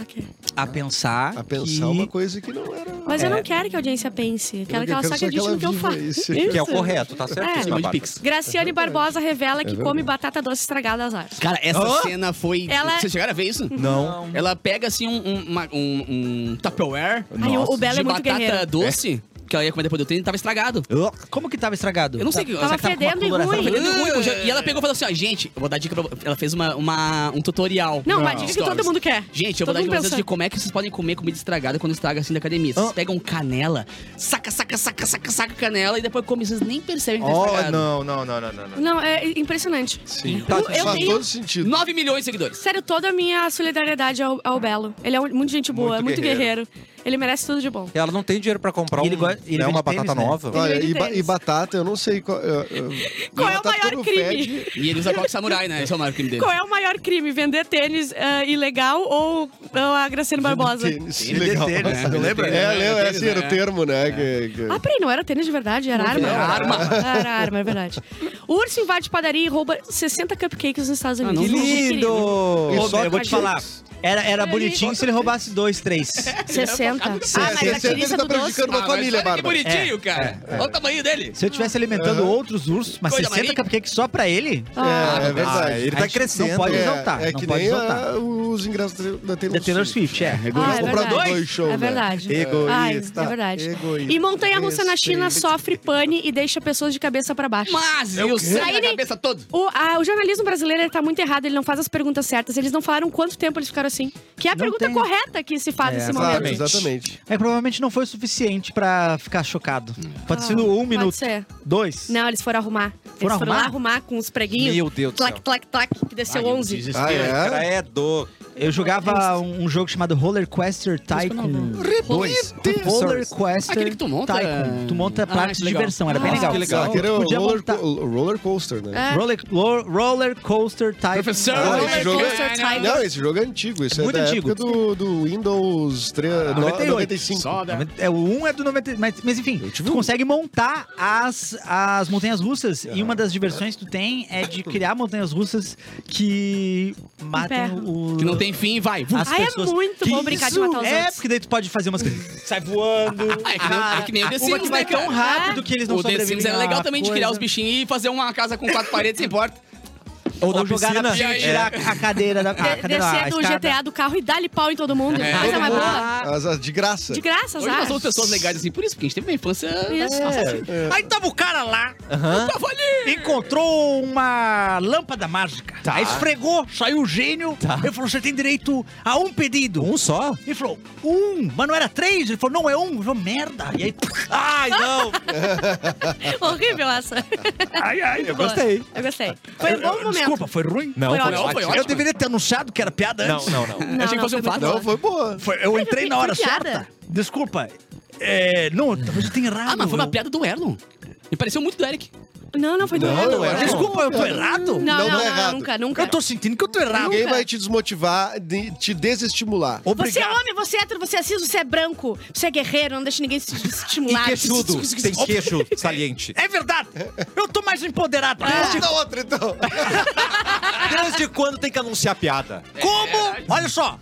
C: Ok.
D: A pensar.
E: a pensar é
D: que-
E: uma coisa que não era.
C: Mas eu não quero que a audiência pense. Quero que ela só
E: quero só que
C: acredite
E: ela
C: no que eu
E: viva
C: faço.
E: isso.
A: Que é o correto, tá certo?
C: É.
A: isso,
F: Cima de
A: Bárbara?
F: Pix.
C: Graciane Barbosa revela que
E: verdade.
C: come batata doce estragada às horas.
F: Cara, essa
D: Hã?
F: cena foi...
C: Ela-
F: Vocês chegaram a ver isso?
A: Não.
F: Ela pega assim um, um, uma- um, um Tupperware
C: Ai, o- o Belo
F: de
C: é muito
F: batata
C: guerreiro.
F: doce que ela ia comer depois do treino, tava estragado.
D: Como que tava estragado?
F: Eu não sei o que-
D: Será
C: Tava
D: que com uma
C: fedendo e
D: coloração?
F: Tava
C: ruim.
F: fedendo muito, já-
C: É.
F: E ela pegou e falou assim, ó, gente, eu vou dar dica pra... vo- Ela fez uma, uma- um tutorial.
C: Não, uma
F: nos
C: dica que todo
F: stories.
C: mundo quer.
F: Gente, eu vou dar
C: Todo mundo
F: dica pra vocês
C: pensa.
F: de como é que vocês podem comer comida estragada quando estraga assim da academia. Vocês
A: Ah.
F: pegam canela, saca, saca, saca, saca, saca canela e depois comem. Vocês nem percebem que tá
A: Oh,
F: estragado.
A: não, não, não, não, não. não.
C: Não, é impressionante.
G: Sim.
A: Tá,
C: Eu- eu
G: Faz
C: tenho-
G: todo sentido.
F: 9 milhões de seguidores.
C: Sério, toda a minha solidariedade ao, ao Belo. Ele é um- muito gente boa,
A: Muito
C: muito, guerreiro. Ele merece tudo de bom.
A: Ela não tem dinheiro pra comprar
D: E ele
A: um-
D: gosta- ele
A: né,
D: vende
A: uma batata
D: tênis, né?
A: nova.
G: Olha,
C: Ele
G: e, ba-
C: fez.
G: e batata, eu não sei qual. eu- eu-
C: Qual é o
E: tá
G: batata
C: maior
G: todo
C: crime?
G: fede.
F: E ele usa coque samurai, né? Esse é o maior crime dele.
C: Qual é o maior crime? Vender tênis ah, ilegal ou ah, a Graciane Barbosa?
G: Tênis,
F: Tênis,
G: legal.
D: tênis,
G: É,
D: tu lembra?
G: É,
F: Tênis,
G: lembra,
F: né?
G: assim, era o termo,
D: É.
G: né? que- que-
C: Ah, peraí, não era tênis de verdade, era arma.
F: era arma.
C: Era arma, é verdade. Urso invade padaria e rouba 60 cupcakes nos Estados
F: Ah,
C: Unidos.
F: não.
A: Que
D: é
A: lindo!
D: Ô, meu, eu vou te falar. Era, era bonitinho se ele roubasse dois, três.
C: 60. Ah, mas a É,
G: Certeza
C: tiriça
G: tá
C: do doce.
G: prejudicando uma
F: Ah, mas
G: família,
F: olha que
G: Bárbara.
F: bonitinho, cara. Olha o tamanho dele.
D: Se eu estivesse alimentando outros ursos, mas
F: Coisa
D: 60
F: marinha.
D: cupcakes só pra ele?
C: Ah,
G: É, é
A: Ah,
G: verdade.
A: ele
D: A
A: tá
D: gente
A: crescendo.
D: Não pode
G: É,
D: exaltar.
G: É
D: não
G: que
D: pode
G: nem
D: exaltar.
G: a- os ingressos da Taylor
D: Da Taylor
G: Swift.
D: Swift, é.
C: Ah,
G: Vamos
C: é
G: comprar
C: verdade.
G: dois shows,
C: É
G: né?
C: verdade.
A: Egoísta.
C: Ai, é verdade.
G: Egoísta.
C: E montanha-russa na China
G: Respeito.
C: sofre pane e deixa pessoas de cabeça pra baixo.
F: Mas, eu
C: É Aí
F: saio da
C: ele-
F: cabeça todo.
C: O, a- o jornalismo brasileiro ele tá muito errado, ele não faz as perguntas certas. Eles não falaram quanto tempo eles ficaram assim. Que é a
D: Não
C: pergunta
D: tem.
C: correta que se faz
D: É,
C: nesse
G: Claro,
C: momento.
G: exatamente.
D: É que provavelmente não foi o suficiente pra ficar chocado. Pode ser um
C: Ah, Pode
D: minuto,
C: ser.
D: dois.
C: Não, eles foram arrumar. eles
D: Foram
C: foram lá
D: arrumar?
C: arrumar com os preguinhos.
A: Meu Deus do
C: Tlac,
A: céu.
C: tlac, tlac, que desceu
F: Ai, eu
C: 11.
F: desisto.
G: Ah, é?
A: Credo.
D: Eu jogava um, um jogo chamado Roller Quester Tycoon. Dois. Roller Quester
F: Aquele que tu monta-
D: Tycoon. Tu monta
F: Ah,
D: parques
F: que
D: de
F: legal.
D: diversão, era bem
A: Ah,
D: legal.
A: que legal.
G: Ah, que era o
D: Podia
G: roller,
D: montar-
G: co- o roller coaster, né?
C: É.
D: Roller, lo- roller Coaster Tycoon.
F: Professor,
G: Ah,
F: Roller
G: esse jogo
C: Coaster
G: é...
C: Tycoon.
G: Não, esse jogo é antigo. Esse é,
D: muito
G: da
D: antigo. Ah,
G: época do, do Windows 3, no-
D: 98.
G: 95.
F: Soda.
D: Noventa- É, o 1 é do 90, mas, mas enfim, tu consegue montar as, as montanhas russas e uma das diversões que tu tem é de criar montanhas russas que matem
C: Ferro.
D: o,
F: Que não tem fim, vai.
D: as
C: Ah, é
D: pessoas.
C: muito
D: Que
C: bom brincar de
D: isso?
C: matar os
D: É,
C: outros.
D: porque daí tu pode fazer umas que sai voando.
F: Ah, é que nem- é que nem o The
D: uma
F: Sims,
D: que vai
F: né,
D: tão
F: cara?
D: rápido que eles não
F: o The
D: sobrevivem.
F: Sims era
D: à
F: legal também de criar
D: coisa.
F: os bichinhos e fazer uma casa com quatro paredes sem porta.
D: Ou,
A: na
D: jogar na
F: piscina.
D: piscina, tirar a cadeira da a
C: De-
D: cadeira, não, Ah, a
C: descer do
D: escada.
C: GTA do carro e dar-lhe pau em todo mundo.
F: É.
C: Mas é uma
G: Todo
C: boa.
G: mundo- as- as de graça.
C: De graça,
F: Hoje nós somos
C: sabe?
F: pessoas legais assim, por isso, porque a gente teve uma infância.
C: Tá Isso.
D: Aí tava o cara lá,
F: Eu tava ali.
D: encontrou uma lâmpada mágica. Aí esfregou, saiu o gênio. Ele falou: você tem direito a Tá. um pedido.
A: Um só?
D: Ele falou, um, mas não era três? Ele falou, não, é um. Ele falou, merda. E aí, ai, não.
C: Horrível essa.
D: ai, ai,
C: Boa. Eu gostei. Foi um bom momento.
D: Desculpa, foi ruim?
A: Não,
C: Foi
A: foi
C: ótimo.
A: ótimo.
F: Foi
D: Eu
F: ótimo.
D: deveria ter anunciado que era piada
A: Não,
D: antes.
A: não, não.
C: Não,
F: Achei que
C: não,
F: fosse um
C: foi muito
F: fato.
G: Não,
C: bom.
G: foi boa.
D: Foi- eu entrei na
C: foi
D: hora
C: piada.
D: certa. Desculpa. É, não, talvez eu tenha errado.
F: Ah, mas foi
D: eu-
F: uma piada do Erlon. Me pareceu muito do Eric.
C: Não, não foi do
G: Não,
C: nada.
G: não é.
D: Desculpa, eu tô errado?
C: Não, não,
G: Não, não
C: não,
G: é errado.
C: nunca, nunca.
D: Eu tô sentindo que eu tô errado.
G: Ninguém vai te desmotivar, de- te desestimular.
C: Você é homem, você é hétero, você é cis, você é branco, você é guerreiro, não deixa ninguém se
A: E
C: estimular. tipo
A: queixudo. Tem queixo saliente.
D: É verdade. Eu tô mais empoderado.
C: É.
E: Ah,
G: Vamos na outra, então.
A: Desde quando tem que anunciar piada?
D: Como? Olha só.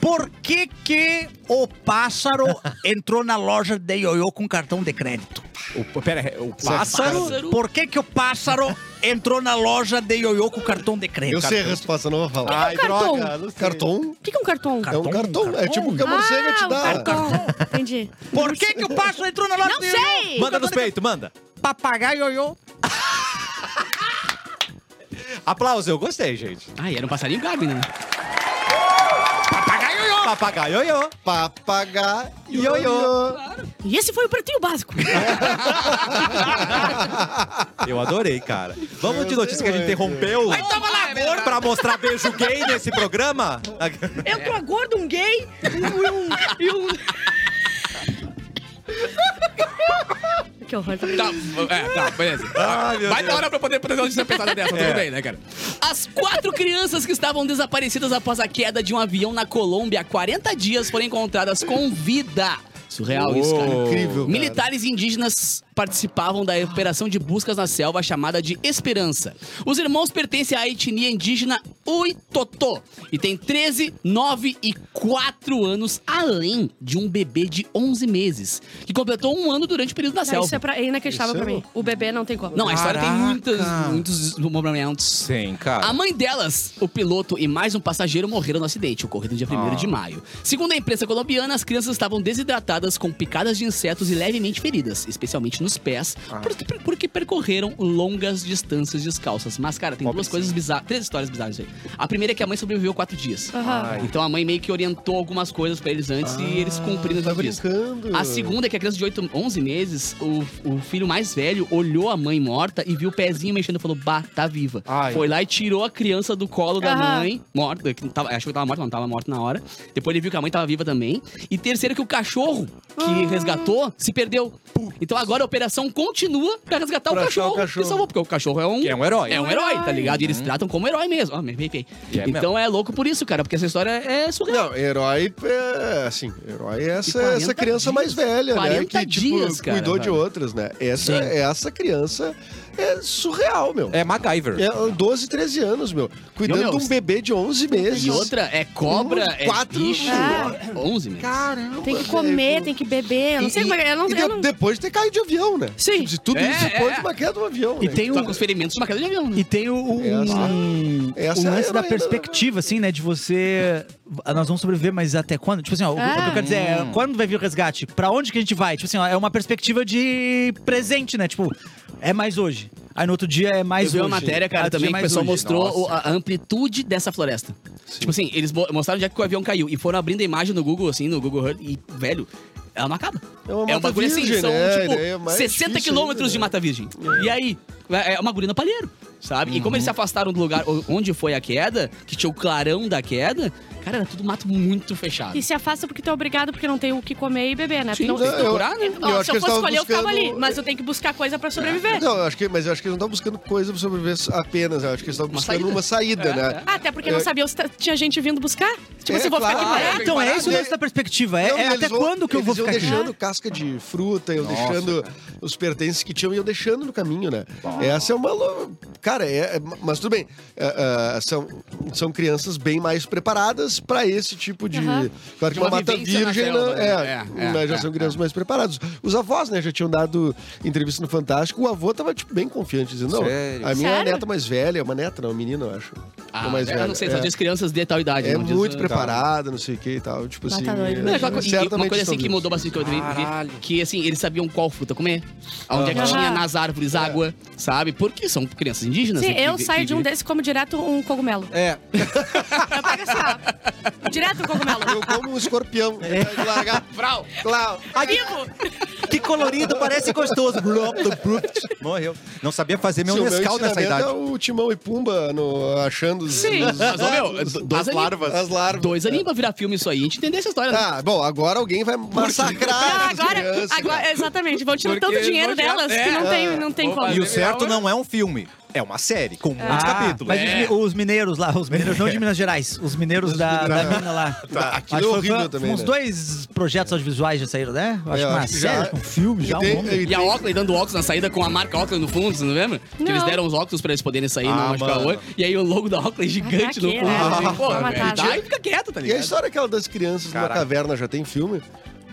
D: Por que que o pássaro entrou na loja de ioiô com cartão de crédito?
A: O,
D: é,
A: pera, o
G: pássaro?
A: pássaro?
D: Por que que o pássaro entrou na loja de ioiô com cartão de crédito?
G: Eu sei a resposta, não vou falar.
A: Ai,
C: cartão?
A: droga. não sei.
G: Cartão?
C: O que, que é um cartão?
G: É um cartão. É tipo o que a morcega
C: Ah,
G: te
C: um
G: dá.
C: cartão. Entendi.
D: Por que que o pássaro entrou na loja
C: Não
D: de ioiô?
C: sei!
A: Manda nos peitos, manda.
D: Pra pagar ioiô.
A: Aplausos, eu gostei, gente.
F: Ah, e era um passarinho gago, né?
A: Papagaio, ioiô.
G: Papagaio.
A: Ioiô.
E: Tá
C: E esse foi o pretinho básico.
A: Eu adorei, cara. Vamos de notícia que a gente interrompeu. Aí
F: tava lá, gordo.
A: Pra mostrar beijo gay nesse programa?
C: Entrou gordo, um gay um, e um. que horror. tá
F: Tá, é, tá, beleza.
A: Ai, meu
F: Vai
A: Deus.
F: dar hora pra poder fazer uma notícia pesada dessa,
A: É.
F: tudo bem, né, cara? As quatro crianças que estavam desaparecidas após a queda de um avião na Colômbia há 40 dias foram encontradas com vida. Surreal isso, cara.
A: Uou.
G: Incrível. cara.
F: Militares indígenas participavam da operação de buscas na selva chamada de Esperança. Os irmãos pertencem à etnia indígena Uitotô e têm 13, 9 e 4 anos, além de um bebê de 11 meses, que completou um ano durante o período da
C: Não,
F: selva.
C: isso é, pra, é inacreditável
E: Isso é
C: pra mim. O bebê não tem como.
F: Não, a história tem
D: Caraca.
F: muitas, muitos momentos.
A: Sim, cara.
F: A mãe delas, o piloto e mais um passageiro morreram no acidente, ocorrido no dia
E: Ah.
F: 1 de maio. Segundo a imprensa colombiana, as crianças estavam desidratadas, com picadas de insetos e levemente feridas, especialmente nos pés,
E: Ah.
F: porque, porque percorreram longas distâncias descalças. Mas, cara, tem duas coisas bizarras, três histórias bizarras aí. A primeira é que a mãe sobreviveu quatro dias.
C: Aham.
F: Então a mãe meio que orientou algumas coisas pra eles antes e eles cumpriram
E: tá
F: esses dias.
E: brincando.
F: A segunda é que a criança de 8, 11 meses, o, o filho mais velho olhou a mãe morta e viu o pezinho mexendo e falou: Bah, tá viva.
E: Ai.
F: Foi lá e tirou a criança do colo da
C: Aham.
F: mãe, morta. Que tava, achou que tava morta, mas não tava morta na hora. Depois ele viu que a mãe tava viva também. E terceiro, que o cachorro que resgatou se perdeu. Então agora a operação continua pra resgatar
E: Pra
F: o
E: achar
F: cachorro.
E: o cachorro.
F: Que salvou, porque o cachorro é um.
A: Que é um herói.
F: É um herói, tá ligado? E eles tratam como herói mesmo. Ó, me arrepiei.
A: E é
F: então é louco por isso, cara, porque essa história é surreal.
E: Não, herói é assim, herói é essa,
F: 40
E: essa criança
F: dias.
E: mais velha, né?
F: 40
E: Que tipo,
F: dias, cara,
E: cuidou de
F: sabe?
E: outras, né? Essa,
F: Sim.
E: essa criança é surreal, meu. É.
A: É MacGyver.
E: 12, 13 anos,
F: E,
E: meu.
F: ô,
E: Cuidando
F: meu,
E: de um bebê de 11 meses.
F: E outra é cobra,
E: Um,
F: é
E: quatro,
F: bicho,
C: é.
F: 11 meses.
E: Caramba.
C: Tem que comer, tem que beber. Eu não sei como é. que- Eu não,
E: e de-
C: eu não...
E: depois de ter caído de avião, né?
C: Sim.
E: Tipo, de tudo
F: É,
E: isso
F: é,
E: depois
F: é.
E: de uma queda de um avião.
D: E
E: né?
D: tem
F: Tá
D: o,
F: com os ferimentos de uma queda de avião, né?
D: E tem o, um,
E: Essa-
D: um
E: essa é a
D: lance da
E: heroína,
D: perspectiva, assim, né? De você. ah, Nós vamos sobreviver, mas até quando? Tipo assim, ó, o- o que eu quero dizer
E: Hum.
D: é: quando vai vir o resgate? Pra onde que a gente vai? Tipo assim, ó, é uma perspectiva de presente, né? Tipo, é mais hoje. Aí no outro dia é mais
F: Eu vi uma
D: hoje.
F: matéria, cara,
D: Aí outro
F: também
D: dia
F: que
D: é
F: o
D: mais
F: pessoal
D: hoje.
F: mostrou o-
D: Nossa.
F: a amplitude dessa floresta. Tipo assim, eles mo- mostraram onde é que o avião caiu e foram abrindo a imagem no Google, assim, no Google Earth, e, velho, ela não acaba.
E: É uma
F: é um
E: mata
F: bagulho assim,
E: virgem,
F: são
E: né?
F: tipo
E: Daí é mais
F: 60
E: difícil
F: quilômetros
E: ainda,
F: de
E: né?
F: mata virgem. E aí, é é uma agulha no palheiro, sabe? E como eles se
D: Uhum.
F: afastaram do lugar o- onde foi a queda, que tinha o clarão da queda, cara, era tudo mato muito fechado.
C: E se afasta porque tu é obrigado, porque não tem o que comer e beber, né? Porque
F: Sim,
C: não,
F: não,
C: se
E: Então, é, eu-
F: procurar, né?
C: Ó,
E: eu acho
C: se
E: que
C: eu
E: eles
C: fosse
E: estavam
C: escolher, eu ficava
E: buscando-
C: ali. Mas eu tenho que buscar coisa pra sobreviver.
E: Não, eu acho que, mas eu acho que eles não estão buscando coisa pra sobreviver apenas, eu acho que eles estão buscando
F: saída.
E: uma saída,
F: É,
E: né?
C: Ah, Até porque não
E: É.
C: sabia se t- tinha gente vindo buscar. Tipo,
E: É,
C: se eu vou ficar aqui
E: claro.
C: parado.
D: Então, é isso o lance da perspectiva. É,
E: Não,
D: é
E: eles
D: até
E: vão-
D: quando que eu vou
E: eles iam
D: ficar aqui?
E: deixando casca de fruta, iam deixando os pertences que tinham, iam deixando no caminho, né? Essa é uma... lou- Cara, é, é- mas tudo bem. é, é, são, são crianças bem mais preparadas pra esse tipo de...
C: Aham.
E: Claro que
F: De
E: uma
F: uma
E: mata
F: vivência na
E: virgem,
F: selva,
E: né?
F: né?
E: É,
F: É, é,
E: né, já
F: é,
E: são
F: é.
E: crianças mais preparadas. Os avós, né, já tinham dado entrevista no Fantástico, o avô tava, tipo, bem confiante, dizendo, não,
A: Sério?
E: a minha
C: Sério?
E: neta mais velha, é uma neta, não, uma menina, eu acho.
F: Ah,
E: Uma mais
F: eu
E: velha,
F: não sei,
E: é.
F: só diz crianças de tal idade.
E: É
F: não diz,
E: muito
F: ah,
E: preparada, não sei o que e tal. Tipo
C: Mas
E: assim.
C: tá doido,
E: é,
C: né?
F: Não, é aquela co- e- e uma
E: certamente
F: coisa assim
E: estão
F: que mudou bastante que eu vi,
A: Caralho.
F: que assim, eles sabiam qual fruta comer, onde é que
C: Aham.
F: tinha nas árvores água, sabe? Porque são crianças indígenas.
C: Sim,
F: né, que
C: eu
F: vi-
C: saio
F: que
C: de um
F: vi-
C: desses e como direto um cogumelo.
A: É.
C: Eu pego assim, ó. Direto um cogumelo.
E: Eu como um escorpião. É. Largar.
F: Frau!
E: Claro.
D: Que colorido,
A: É
D: parece gostoso.
A: Morreu. Não sabia fazer meu
E: Se o
A: Nescau nessa
E: ensinamento
A: idade.
E: É o Timão e Pumba no, achando os,
C: Sim.
E: os-
F: Mas, ô, meu,
E: os-
F: dois
E: É, as
F: ali-
E: larvas. As larvas.
F: Dois ali pra virar filme isso aí, a gente entender essa história. né?
E: Ah, bom, agora alguém vai massacrar
C: Não,
E: essas
C: agora,
E: crianças.
C: agora- exatamente, vão tirar
F: Ah, Porque
C: tanto dinheiro
F: vão tirar-
C: delas
F: é,
C: que não tem, não tem
F: Vou
C: como.
A: E o
F: fazer-
A: certo não é um filme. É uma série, com muitos
D: Ah,
A: capítulos.
D: mas os mi- os mineiros lá, os mineiros não de Minas Gerais, os mineiros da, da mina lá. É.
E: Tá,
D: Acho
E: aquilo é
D: que
E: horrível
D: foi-
E: também,
D: Uns
E: né?
D: dois projetos audiovisuais já saíram, né? Eu Acho
E: É,
D: que uma
E: acho que
D: série,
E: já-
D: acho que um filme, já
E: E
D: um
E: tem-
D: longo.
E: e
F: E a
E: tem-
F: Oakley dando óculos na saída com a marca Oakley no fundo, você não lembra? Que eles
C: Não.
F: deram os óculos pra eles poderem sair
A: Ah,
F: não machucar o
A: mano.
F: olho. E aí o logo da Oakley é gigante no
C: que,
F: fundo.
C: né?
F: assim, pô,
C: Vai
F: velho,
C: matar.
F: dá e fica quieto, tá
E: Ah, E a
F: ligado?
E: história aquela das crianças numa
A: Caralho.
E: caverna já tem filme?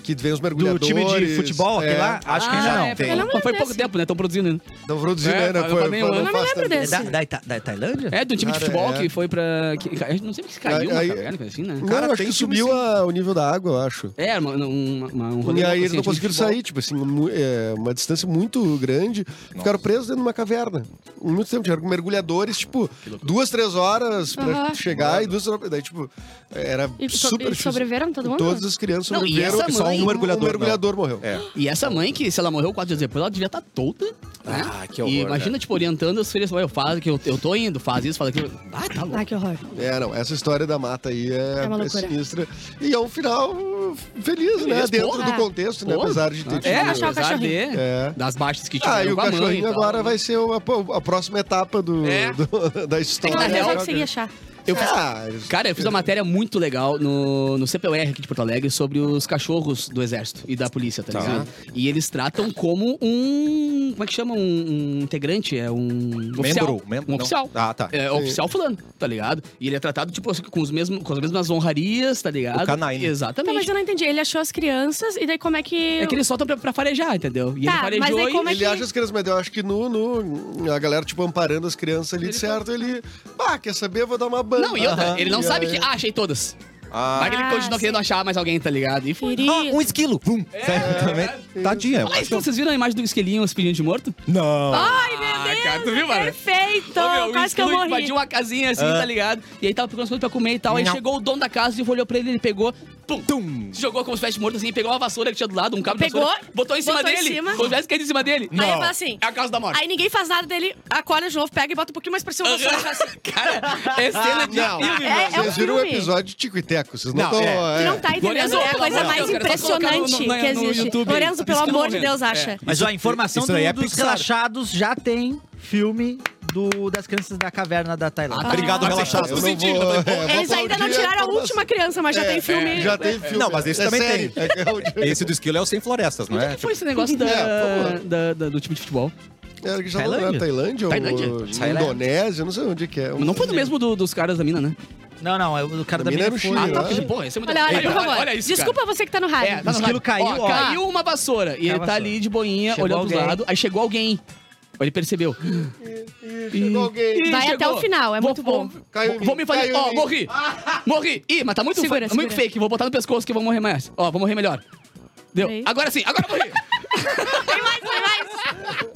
E: Que vem os
D: Do
E: mergulhadores.
D: time de futebol, aquele
E: é.
D: lá? Acho que ainda
F: Ah,
D: não.
F: é,
A: tem.
F: foi-
A: Eu
C: não
F: Foi
C: lembro
F: pouco
C: desse.
F: tempo, né? Estão produzindo. né?
E: Estão produzindo
F: É,
E: ainda.
F: eu
E: Foi,
F: também lembro.
E: foi não
C: Eu não
E: faz
C: me lembro
E: tempo.
C: desse.
D: É Da, da, Ita- da Tailândia?
F: É, de um time de
E: Cara,
F: futebol
E: é.
F: que foi pra. Que, a gente não sei se caiu
E: Aí-
F: Tá uma
E: aí-
F: caverna, coisa assim, né?
E: Não,
A: Cara,
E: acho
A: tem
E: que
A: filme
E: subiu a- o nível da água, eu acho.
F: É, uma, uma, uma, um
E: E
F: rolê louco,
E: aí eles
F: assim,
E: não
F: de
E: conseguiram
F: futebol.
E: sair, tipo assim, mu- é, uma distância muito grande. Ficaram presos dentro de uma caverna. Muito tempo, tiveram mergulhadores, tipo, duas, três horas pra
C: Aham.
E: chegar e duas horas. Daí, tipo, era
C: E, so-
E: super
C: e
E: difícil.
C: sobreviveram todo mundo?
E: Todas as crianças
F: Não, e
E: sobreviveram.
F: essa
E: só
F: mãe-
E: um mergulhador,
A: mergulhador não.
E: morreu.
A: É.
F: E essa mãe, que se ela morreu quatro dias depois, ela devia estar toda. Né?
A: Ah, que horror,
F: E imagina, tipo, orientando os filhos, eu faço que eu, eu tô indo, faz isso, faz aquilo. Ah, tá louco.
C: Ai, que horror.
E: É, não, essa história da mata aí é,
C: É uma
E: é
C: loucura.
E: sinistra. E é um final feliz, né?
F: Feliz,
E: Dentro
F: porra.
E: do contexto, né?
F: Porra.
E: Apesar de ter tido...
F: é,
C: Achar o
F: apesar de-
E: É.
F: das baixas que tiveram
E: Ah, e o
F: com a mãe. e
E: cachorrinho
F: tal.
E: agora vai ser o- a, a próxima etapa do,
F: então. É.
E: do- da
C: Tem
E: história.
C: que
F: Olha,
C: achar,
F: eu-
C: conseguir achar.
F: Eu fiz-
G: né? Ah,
F: Cara, eu fiz uma matéria muito legal no, no CPUR aqui de Porto Alegre sobre os cachorros do exército e da polícia, tá, ligado? E eles tratam como um. Como é que chama? Um, um integrante? É um. Oficial.
A: Membro, membro,
F: um
A: não.
F: oficial.
A: Ah, tá.
F: É, oficial fulano, tá ligado? E ele é tratado, tipo, assim, com, os mesmos, com as mesmas honrarias, tá ligado?
A: O canaim.
C: Tá, mas
F: Exatamente.
C: eu não entendi. Ele achou as crianças e daí como é que.
F: É que eles soltam pra, pra farejar, entendeu? E
C: Tá,
F: ele
C: mas
F: farejou
C: daí como
F: e...
C: é
G: Ele
C: que-
G: acha as crianças, mas eu acho que no, no- a galera, tipo, amparando as crianças ali, de certo, ele... Bah, quer saber? Eu Vou dar uma banda.
F: Não, e outra,
G: Aham.
F: ele não
G: E
F: sabe
G: aí-
F: que. Ah, achei todas.
A: Uhum. Ah,
F: Vai que ele
C: Uhum. Ah,
F: continua
C: sim.
F: querendo achar mais alguém, tá ligado? E foi.
C: Querido.
A: um esquilo. Vum. Sério, também. Tadinha. eu
F: Ah,
A: acho que eu-
F: então, vocês viram a imagem do esquilinho se pedindo de morto?
A: Não.
F: Ai, meu Deus! Cara,
C: é
F: tu viu, mano?
C: Perfeito!
F: Ô, meu, o
C: Então, Quase que eu
F: esquilo
C: morri.
F: invadiu uma casinha assim,
D: Ah.
F: tá ligado? E aí tava procurando as coisas pra comer e tal. Aí
A: Não.
F: chegou o dono da casa e olhou pra ele, ele pegou, pum,
A: Tum.
F: se jogou como se estivesse morto assim, pegou uma vassoura que tinha do lado, um cabo
C: Pegou,
F: de vassoura, botou em cima
C: botou em
F: dele,
C: cima.
F: como se tivesse caído em cima dele.
C: Aí ele fala assim.
F: É a causa da morte.
C: Aí ninguém faz nada dele, acorda de novo, pega e bota um pouquinho mais pra cima. você faz assim.
F: Cara, é
D: Ah,
F: cena de
G: Não.
F: filme,
C: É,
F: mano.
C: é um
G: Vocês viram o
C: filme.
G: episódio de Tico e Teco, vocês não
A: Não,
G: estão...
A: é.
C: Tu não tá entendendo,
F: Lorenzo,
C: é a
F: pelo
C: coisa
F: amor de
C: mais
F: Deus, cara, só colocar no-
C: impressionante
F: no- no-
C: que
F: no
C: existe.
F: YouTube.
C: Lorenzo, pelo
F: Isso que eu
C: amor
F: tô
C: de
F: vendo.
C: Deus,
F: É.
C: acha.
D: Mas ó, a informação
A: isso
D: do-
A: aí é
D: dos
A: Pixar.
D: relaxados já tem filme do, das crianças da caverna da Tailândia.
A: Obrigado,
F: Mas
A: relaxado.
F: vocês
A: Eu
F: estão
A: não né?
F: sentindo, Ah, tá. eu tô-
G: é,
C: Eles
G: vou
C: ainda não
G: aplaudir
C: tiraram a
G: informação.
C: última criança, mas já
F: É,
C: tem filme.
G: Já tem filme.
A: Não, mas esse
G: É
A: também
G: série.
A: tem.
G: É que é o-
A: Esse do esquilo é o Sem Florestas, não é?
F: Que foi Tipo esse negócio da, da- da- do time de futebol?
G: É o que já
D: Tailândia?
G: Tailândia? Tailândia? ou-
F: Tailândia?
G: Indonésia, não sei onde que é.
F: Mas Não foi do mesmo do- dos caras da mina, né?
D: Não, não, é o cara da
G: Também
D: mina
G: era o
D: foi...
G: Chile,
F: Ah,
G: Sim,
F: tá.
G: né?
F: Que porra, esse é muito-
C: Olha, olha,
F: Eita,
C: por favor.
F: Olha isso, cara.
C: Desculpa você que tá no rádio.
F: É, tá no
D: esquilo
F: rádio.
D: caiu,
F: Ó,
D: ó.
F: caiu uma vassoura. E
D: Caiu
F: ele
D: a
F: tá
D: vassoura.
F: ali de boinha,
D: Chegou
F: olhando
D: alguém.
F: pro lado. Aí chegou alguém. Aí ele percebeu.
G: Chegou alguém.
F: Ih,
C: Vai
F: chegou.
C: até o final, é
F: Vou-
C: muito bom.
F: Vou,
G: Caiu em
F: vou,
G: mim,
F: vou me fazer.
G: caiu em
F: Ó,
G: mim.
F: morri. Morri. Ih, mas tá muito,
C: Segura,
F: fa- muito
C: segura.
F: fake. Vou botar no pescoço que eu vou morrer mais. Ó, vou morrer melhor. Deu.
C: Peraí.
F: Agora sim, agora eu morri.
C: Vai mais, vai mais.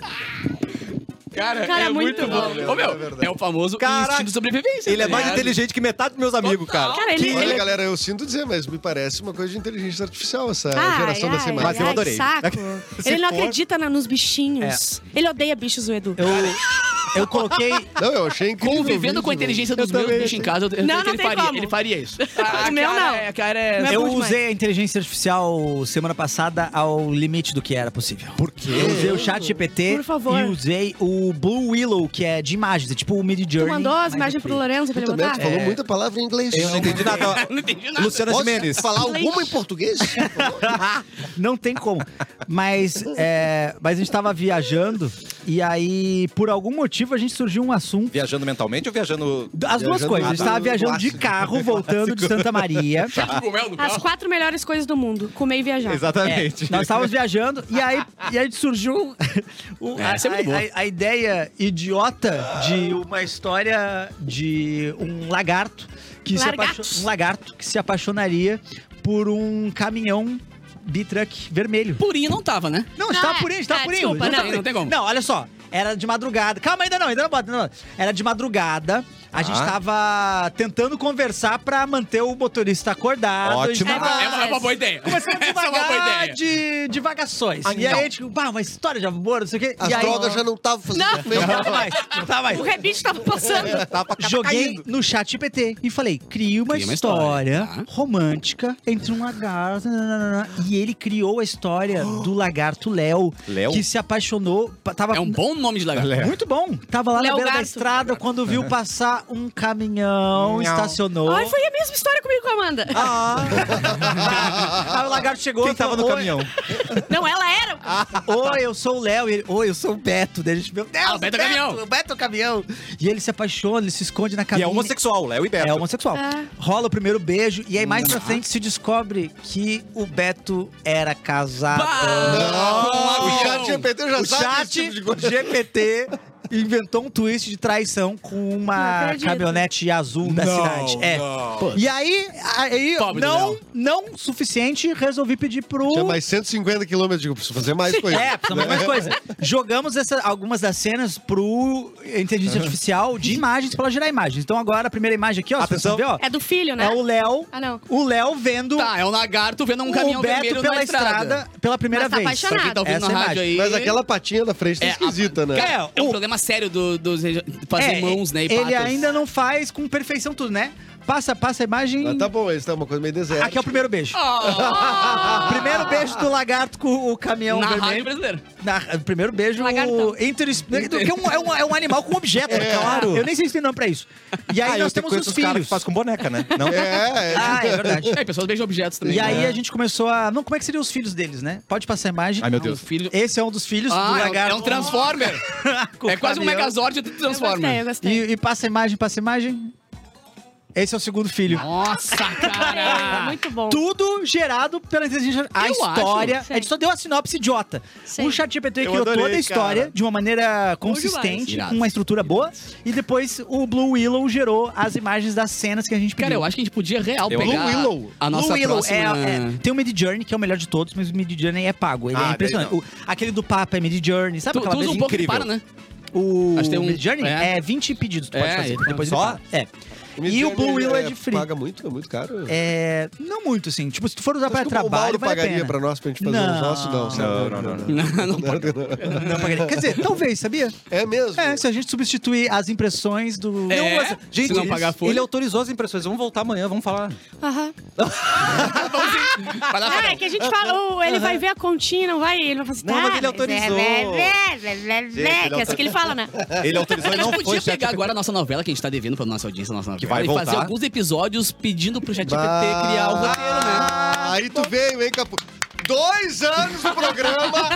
F: Cara,
C: Cara,
F: é muito,
C: muito
F: bom.
G: bom.
F: Ô, meu,
G: É verdade.
F: é o famoso
A: Caraca,
F: instinto de sobrevivência.
A: Ele é
F: tá
A: mais
F: ligado?
A: inteligente que metade dos meus amigos, cara.
C: Cara, ele.
G: Olha,
C: ele-
G: galera, eu sinto dizer, mas me parece uma coisa de inteligência artificial essa
E: É,
D: Ah,
C: Ai,
G: geração
C: ai,
G: dessa
C: ai,
G: imagem.
A: Mas eu adorei.
C: Saco.
A: Se
C: Ele não
A: for- É.
C: acredita na- nos bichinhos. Ele odeia bichos, o Edu.
D: Eu, eu coloquei...
G: Não, eu achei incrível.
F: Convivendo
G: o
F: com a
G: vídeo.
F: inteligência dos meus bichos em casa, eu eu sei que
C: Não, não
F: ele
C: tem
F: faria.
C: como.
F: Ele faria isso.
C: O meu
F: cara
C: não.
F: é- cara é-
C: Meu é
D: eu
C: bom demais.
D: usei a inteligência artificial semana passada ao limite do que era possível. Por quê? Eu usei o chat GPT
C: Por favor.
D: e usei o Blue Willow, que é de imagens, é tipo o Mid Journey. é
C: Tu mandou as imagens pro Lorenzo pra ele
G: Puta, Beto,
C: botar?
G: tu falou muita palavra em inglês.
A: Eu não entendi nada.
F: Não entendi nada.
A: Luciana
G: Posso
A: Jimenez.
G: falar alguma em português?
D: Não tem como. Mas, é, mas a gente tava viajando e aí, por algum motivo, a gente surgiu um assunto.
A: Viajando mentalmente ou viajando.
D: As duas
G: Viajando
D: coisas. A gente
G: nada.
D: tava viajando de
G: Clássico.
D: carro, voltando de Santa Maria.
F: Cogumelo no
C: As
F: carro.
C: quatro melhores coisas do mundo: comer e viajar.
D: É,
A: Exatamente.
D: nós estávamos viajando e aí, e aí surgiu o-
F: É,
D: a,
F: essa é muito
D: a-
F: boa.
D: a- a ideia idiota de uma história de um lagarto que se
C: Lagartos.
D: apaixo- um lagarto que se apaixonaria por um caminhão bitruck vermelho.
F: Purinho não tava, né?
D: Não, a gente
C: Não,
D: tava
C: é.
D: purinho, a gente tava
C: Ah,
D: purinho.
C: desculpa,
D: a gente
F: não,
D: tava purinho.
F: não tem como.
D: Não, olha só, era de madrugada. Calma, ainda não, ainda não bota, ainda não bota. Era de madrugada. A gente
A: Ah.
D: tava tentando conversar pra manter o motorista acordado. a gente
A: Ótimo.
D: tava-
F: É uma, é uma boa ideia.
D: Começando
F: Essa é uma boa
D: devagar
F: ideia.
D: de divagações.
A: Ah,
D: e aí
A: não.
D: a gente, pá, uma história de amor, não sei o quê.
E: As
D: e aí,
E: drogas já não estavam fazendo
D: não
E: efeito.
D: tava mais, não tava mais.
C: O rebite tava passando.
A: É.
D: Joguei no chat GPT e falei, cria uma
F: Cria uma
D: história,
F: história, tá.
D: romântica entre um lagarto. nananana. E ele criou a história do lagarto Léo,
A: Léo?
D: que se apaixonou. pa- Tava
F: É um bom nome de lagarto.
D: Muito bom. Tava lá
C: Léo
D: na beira da
C: Gato.
D: estrada quando viu passar um caminhão,
A: Não.
D: estacionou.
C: Ai, foi a mesma história comigo com a Amanda.
D: Ah. Aí o lagarto chegou
A: Quem
D: e falou,
A: tava no
D: "Oi,
A: caminhão? é
C: Não, ela era.
A: Ah.
D: Oi, eu sou o Léo. E ele, Oi, eu sou o Beto. Daí a gente, meu Deus,
F: Ah, o Beto é o caminhão.
D: O Beto é o caminhão. E ele se apaixona, ele se esconde na
A: E
D: cabine.
A: é homossexual, Léo e Beto.
D: É homossexual.
C: Ah.
D: Rola o primeiro beijo e aí mais pra
F: Ah.
D: frente se descobre que o Beto era casado.
G: o chat
F: é
G: GPT já
D: O
G: sabe esse
D: chat
G: tipo de coisa.
D: GPT inventou um twist de traição com
C: Não
D: uma
C: acredito.
D: caminhonete azul da cidade. É. E aí, aí
F: Pobre do
D: não,
F: Léo.
D: não suficiente, resolvi pedir pro
G: Tinha mais 150 quilômetros, digo, preciso fazer mais coisa.
D: É, precisamos de mais coisa. Jogamos essa- algumas das cenas pro inteligência artificial de imagens pra ela gerar imagens. Então agora a primeira imagem aqui, ó, se
A: Atenção.
D: você ver, ó,
C: É do filho, né?
D: é o Léo,
C: Ah, não.
D: o Léo vendo
F: Tá, é um lagarto vendo um
D: o
F: caminhão
D: Beto
F: vermelho
D: pela
F: na estrada.
D: estrada pela primeira
C: Mas tá
D: vez.
C: apaixonado.
F: Pra quem tá ouvindo
D: Essa
F: na
D: é a
F: rádio aí.
D: imagem.
G: Mas aquela patinha da frente tá
F: É, a-
G: esquisita, né?
D: Cara,
F: É um
D: o-
F: problema sério do- dos fazer
D: É,
F: mãos, né? E
D: Ele
F: patas.
D: ainda não faz com perfeição tudo, né? Passa, passa a imagem.
G: Ah, tá bom, esse tá uma coisa meio deserta.
D: Aqui é o primeiro beijo. Primeiro beijo do lagarto com o caminhão
F: Oh! Na rádio
D: é um vermelho.
F: brasileira.
D: Na- primeiro beijo
C: Lagartão.
D: inter... que é um, é, um, é um animal com objeto, claro. Eu nem sei se tem nome pra isso. E aí
A: Ah, eu
D: nós
A: te
D: temos
A: conheço
D: os
A: caras
D: filhos.
A: que faz com boneca, né? Não?
G: É, é.
D: Ah, é verdade.
F: É, pessoas beijam objetos também. né?
D: E aí a gente começou a. Não, como é que seriam os filhos deles, né? Pode passar a imagem.
A: Ai, meu
F: O
A: Deus.
F: filho...
D: Esse é um dos filhos do
F: Ah, é um-
D: lagarto.
F: é um Transformer.
D: com
F: é quase um
D: caminhão.
F: Megazord do
C: Eu gostei,
D: É,
C: eu
F: Transformer.
C: gostei.
D: E, e passa a imagem, passa a imagem. Esse é o segundo filho.
F: Nossa,
A: Ah.
C: É,
F: cara.
C: muito bom.
D: Tudo gerado pela inteligência artificial. A
F: Eu acho.
D: história.
C: Sim.
D: A gente só deu a sinopse idiota.
C: Sim.
D: O ChatGPT
G: Eu
D: criou toda
G: adorei,
D: a história
G: cara.
D: de uma maneira consistente,
F: demais.
D: com uma estrutura boa. E depois o Blue Willow gerou as imagens das cenas que a gente pediu.
F: Cara, eu acho que a gente podia real
A: Eu-
F: pegar
G: Blue Willow.
F: a nossa
D: Blue Willow
F: próxima...
D: é, é- tem o Mid Journey, que é o melhor de todos, mas o Mid Journey é pago. Ele
G: Ah,
D: é impressionante.
G: daí
D: O- aquele do Papa é Mid Journey, sabe
F: Tu, tu
D: aquela
F: usa
D: vez
F: um pouco e
A: incrível.
F: para, né?
D: O
F: Acho que tem um-
D: Mid Journey
F: é.
D: é. 20 pedidos, tu
F: É,
D: pode fazer.
F: ele-
D: Depois
A: só?
D: ele paga. É.
G: Mid
D: E o
G: Journey
D: Blue Willow é de free.
G: Paga muito, é muito caro.
D: É, não muito, assim. Tipo, se tu for usar
G: Acho
D: pra
G: que o Mauro
D: trabalho, vale a
G: pagaria
D: pena.
G: pra nós, pra gente fazer
D: Não.
G: os nossos, não. sabe?
A: Não, não, não,
F: Não, não pode.
D: Não pagaria. Quer dizer, talvez, sabia?
G: É mesmo?
D: É, se a gente substituir as impressões do...
F: É?
D: Não, mas-
F: Se
A: Gente,
F: não pagar a folha.
A: ele autorizou as impressões. Vamos voltar amanhã, vamos falar.
C: Aham.
F: Vai lá,
C: Ah,
F: Farol.
C: é que a gente fala, oh, ele vai ver a continha, não vai? Ele vai falar assim,
A: Não,
C: tá,
A: mas ele autorizou. ele
C: Que é assim que ele fala, né?
A: Ele autorizou
F: A
A: e não
F: gente
A: foi
F: podia pegar
A: chat.
F: agora a nossa novela que a gente tá devendo pra nossa audiência, a nossa novela,
A: Que vai
F: e fazer
A: voltar.
F: alguns episódios pedindo pro ChatGPT
G: Bah.
F: criar o roteiro, né?
G: Aí tu veio, hein, Capu? Dois anos do programa.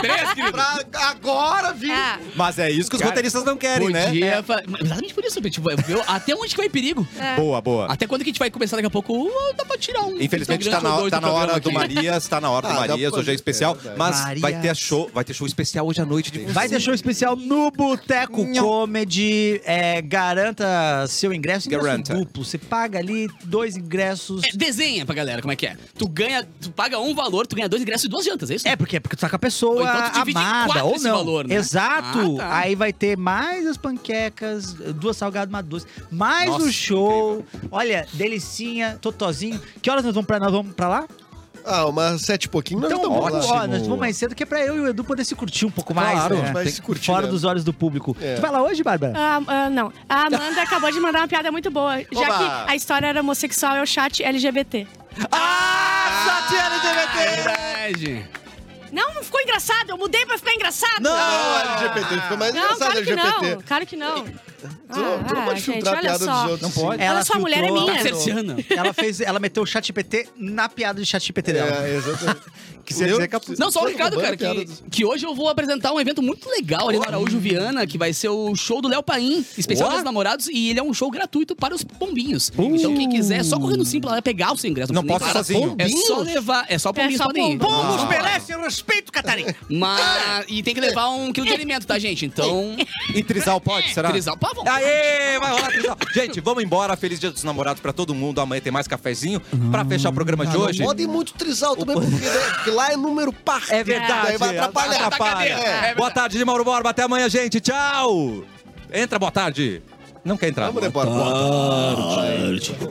F: Três, querido.
G: pra agora vir.
C: Ah,
A: Mas é isso que os
F: Cara,
A: roteiristas não querem, né?
F: Podia fa- Mas Exatamente por isso, tipo, viu? até onde que vai perigo?
A: Boa, boa.
F: Até quando que a gente vai começar daqui a pouco? Uh, dá pra tirar um.
A: Infelizmente tá
F: integrante
A: na,
F: ou dois
A: tá na hora do
F: programa aqui.
A: Marias, tá na hora do
G: Ah, dá
A: Marias,
G: pra-
A: hoje é especial.
G: é,
A: mas vai
D: Marias.
A: ter show, vai ter show especial hoje à noite de
D: Vai ter show especial no Boteco
A: Nham.
D: Comedy. É, garanta seu ingresso, ingresso
A: Garanta.
D: duplo. Você paga ali dois ingressos.
F: É, desenha pra galera como é que é. Tu ganha, tu paga um valor, tu ganha dois ingressos e duas jantas, é isso?
D: É, porque é porque tu tá com a
F: Ou
D: pessoa
F: então tu divide em
D: amada
F: quatro
D: ou
F: esse
D: não.
F: valor, né?
D: Exato.
F: Ah, tá.
D: Aí vai ter mais as panquecas, duas salgadas, uma doce, mais
A: Nossa,
D: o show. Olha, delicinha, totozinho. Que horas nós vamos pra, nós vamos pra lá?
G: Ah, umas sete e pouquinho. Nós
D: então,
G: estamos lá.
D: vamos, ó, nós vamos mais cedo que é pra eu e o Edu poder se curtir um pouco mais,
G: Claro,
D: né?
G: vai
D: Tem-
G: se curtir,
D: Fora
G: né?
D: dos olhos do público.
G: É.
D: Tu vai lá hoje, Bárbara?
C: ah, ah, não. A Amanda acabou de mandar uma piada muito boa. Já
A: Oba!
C: que a história era homossexual, é o chat LGBT.
F: Ah, é verdade.
C: Não, não ficou engraçado. Eu mudei pra ficar engraçado.
G: Não, LGBT. Ficou mais
C: Não,
G: engraçado
C: claro que
G: LGBT.
C: não. Claro que não. Ah,
G: Tu não- tu não pode filtrar a piada dos outros.
D: Não pode.
G: assim.
C: Ela só, a mulher é
D: filtrou-
C: minha.
F: Tá cerciana.
D: Ela fez, ela meteu o chat GPT na piada de chat GPT dela.
G: É, exatamente.
A: Que você ia
G: Eu-
A: dizer, Capu?
F: Não,
E: um
F: só o
G: Tô
F: recado,
G: roubando
F: cara,
G: piada
F: que,
G: dos-
F: que hoje eu vou apresentar um evento muito legal ali na Araújo Viana, que vai ser o show do Léo Paim, especial
A: What?
F: dos namorados, e ele é um show gratuito para os pombinhos. Então quem quiser, é só correndo simples lá pegar o seu ingresso.
A: Não
F: precisa
A: posso
F: nem
A: sozinho.
F: pagar. É só levar, é só pombinhos
C: só
F: podem ir.
C: pombom.
G: Ah.
F: Só-
D: merecem respeito, Catarina.
F: Mas, e tem que levar um quilo de alimento, tá, gente? Então,
A: E trisal pode, será?
F: trisal, pá, vamos.
A: Aê, vai rolar trisal. Gente, vamos embora. Feliz Dia dos Namorados pra todo mundo. Amanhã tem mais cafezinho. Pra fechar o programa
G: Tá
A: de hoje...
E: Não pode ir muito trisal também, porque, né, porque lá é número par.
A: É verdade.
E: Daí vai atrapalhar.
A: atrapalha.
F: Tá cadeira. É.
A: Boa tarde de Mauro Borba. Até amanhã, gente. É Tchau. Entra, boa tarde. Não quer entrar.
G: Vamos, né, Bárbara?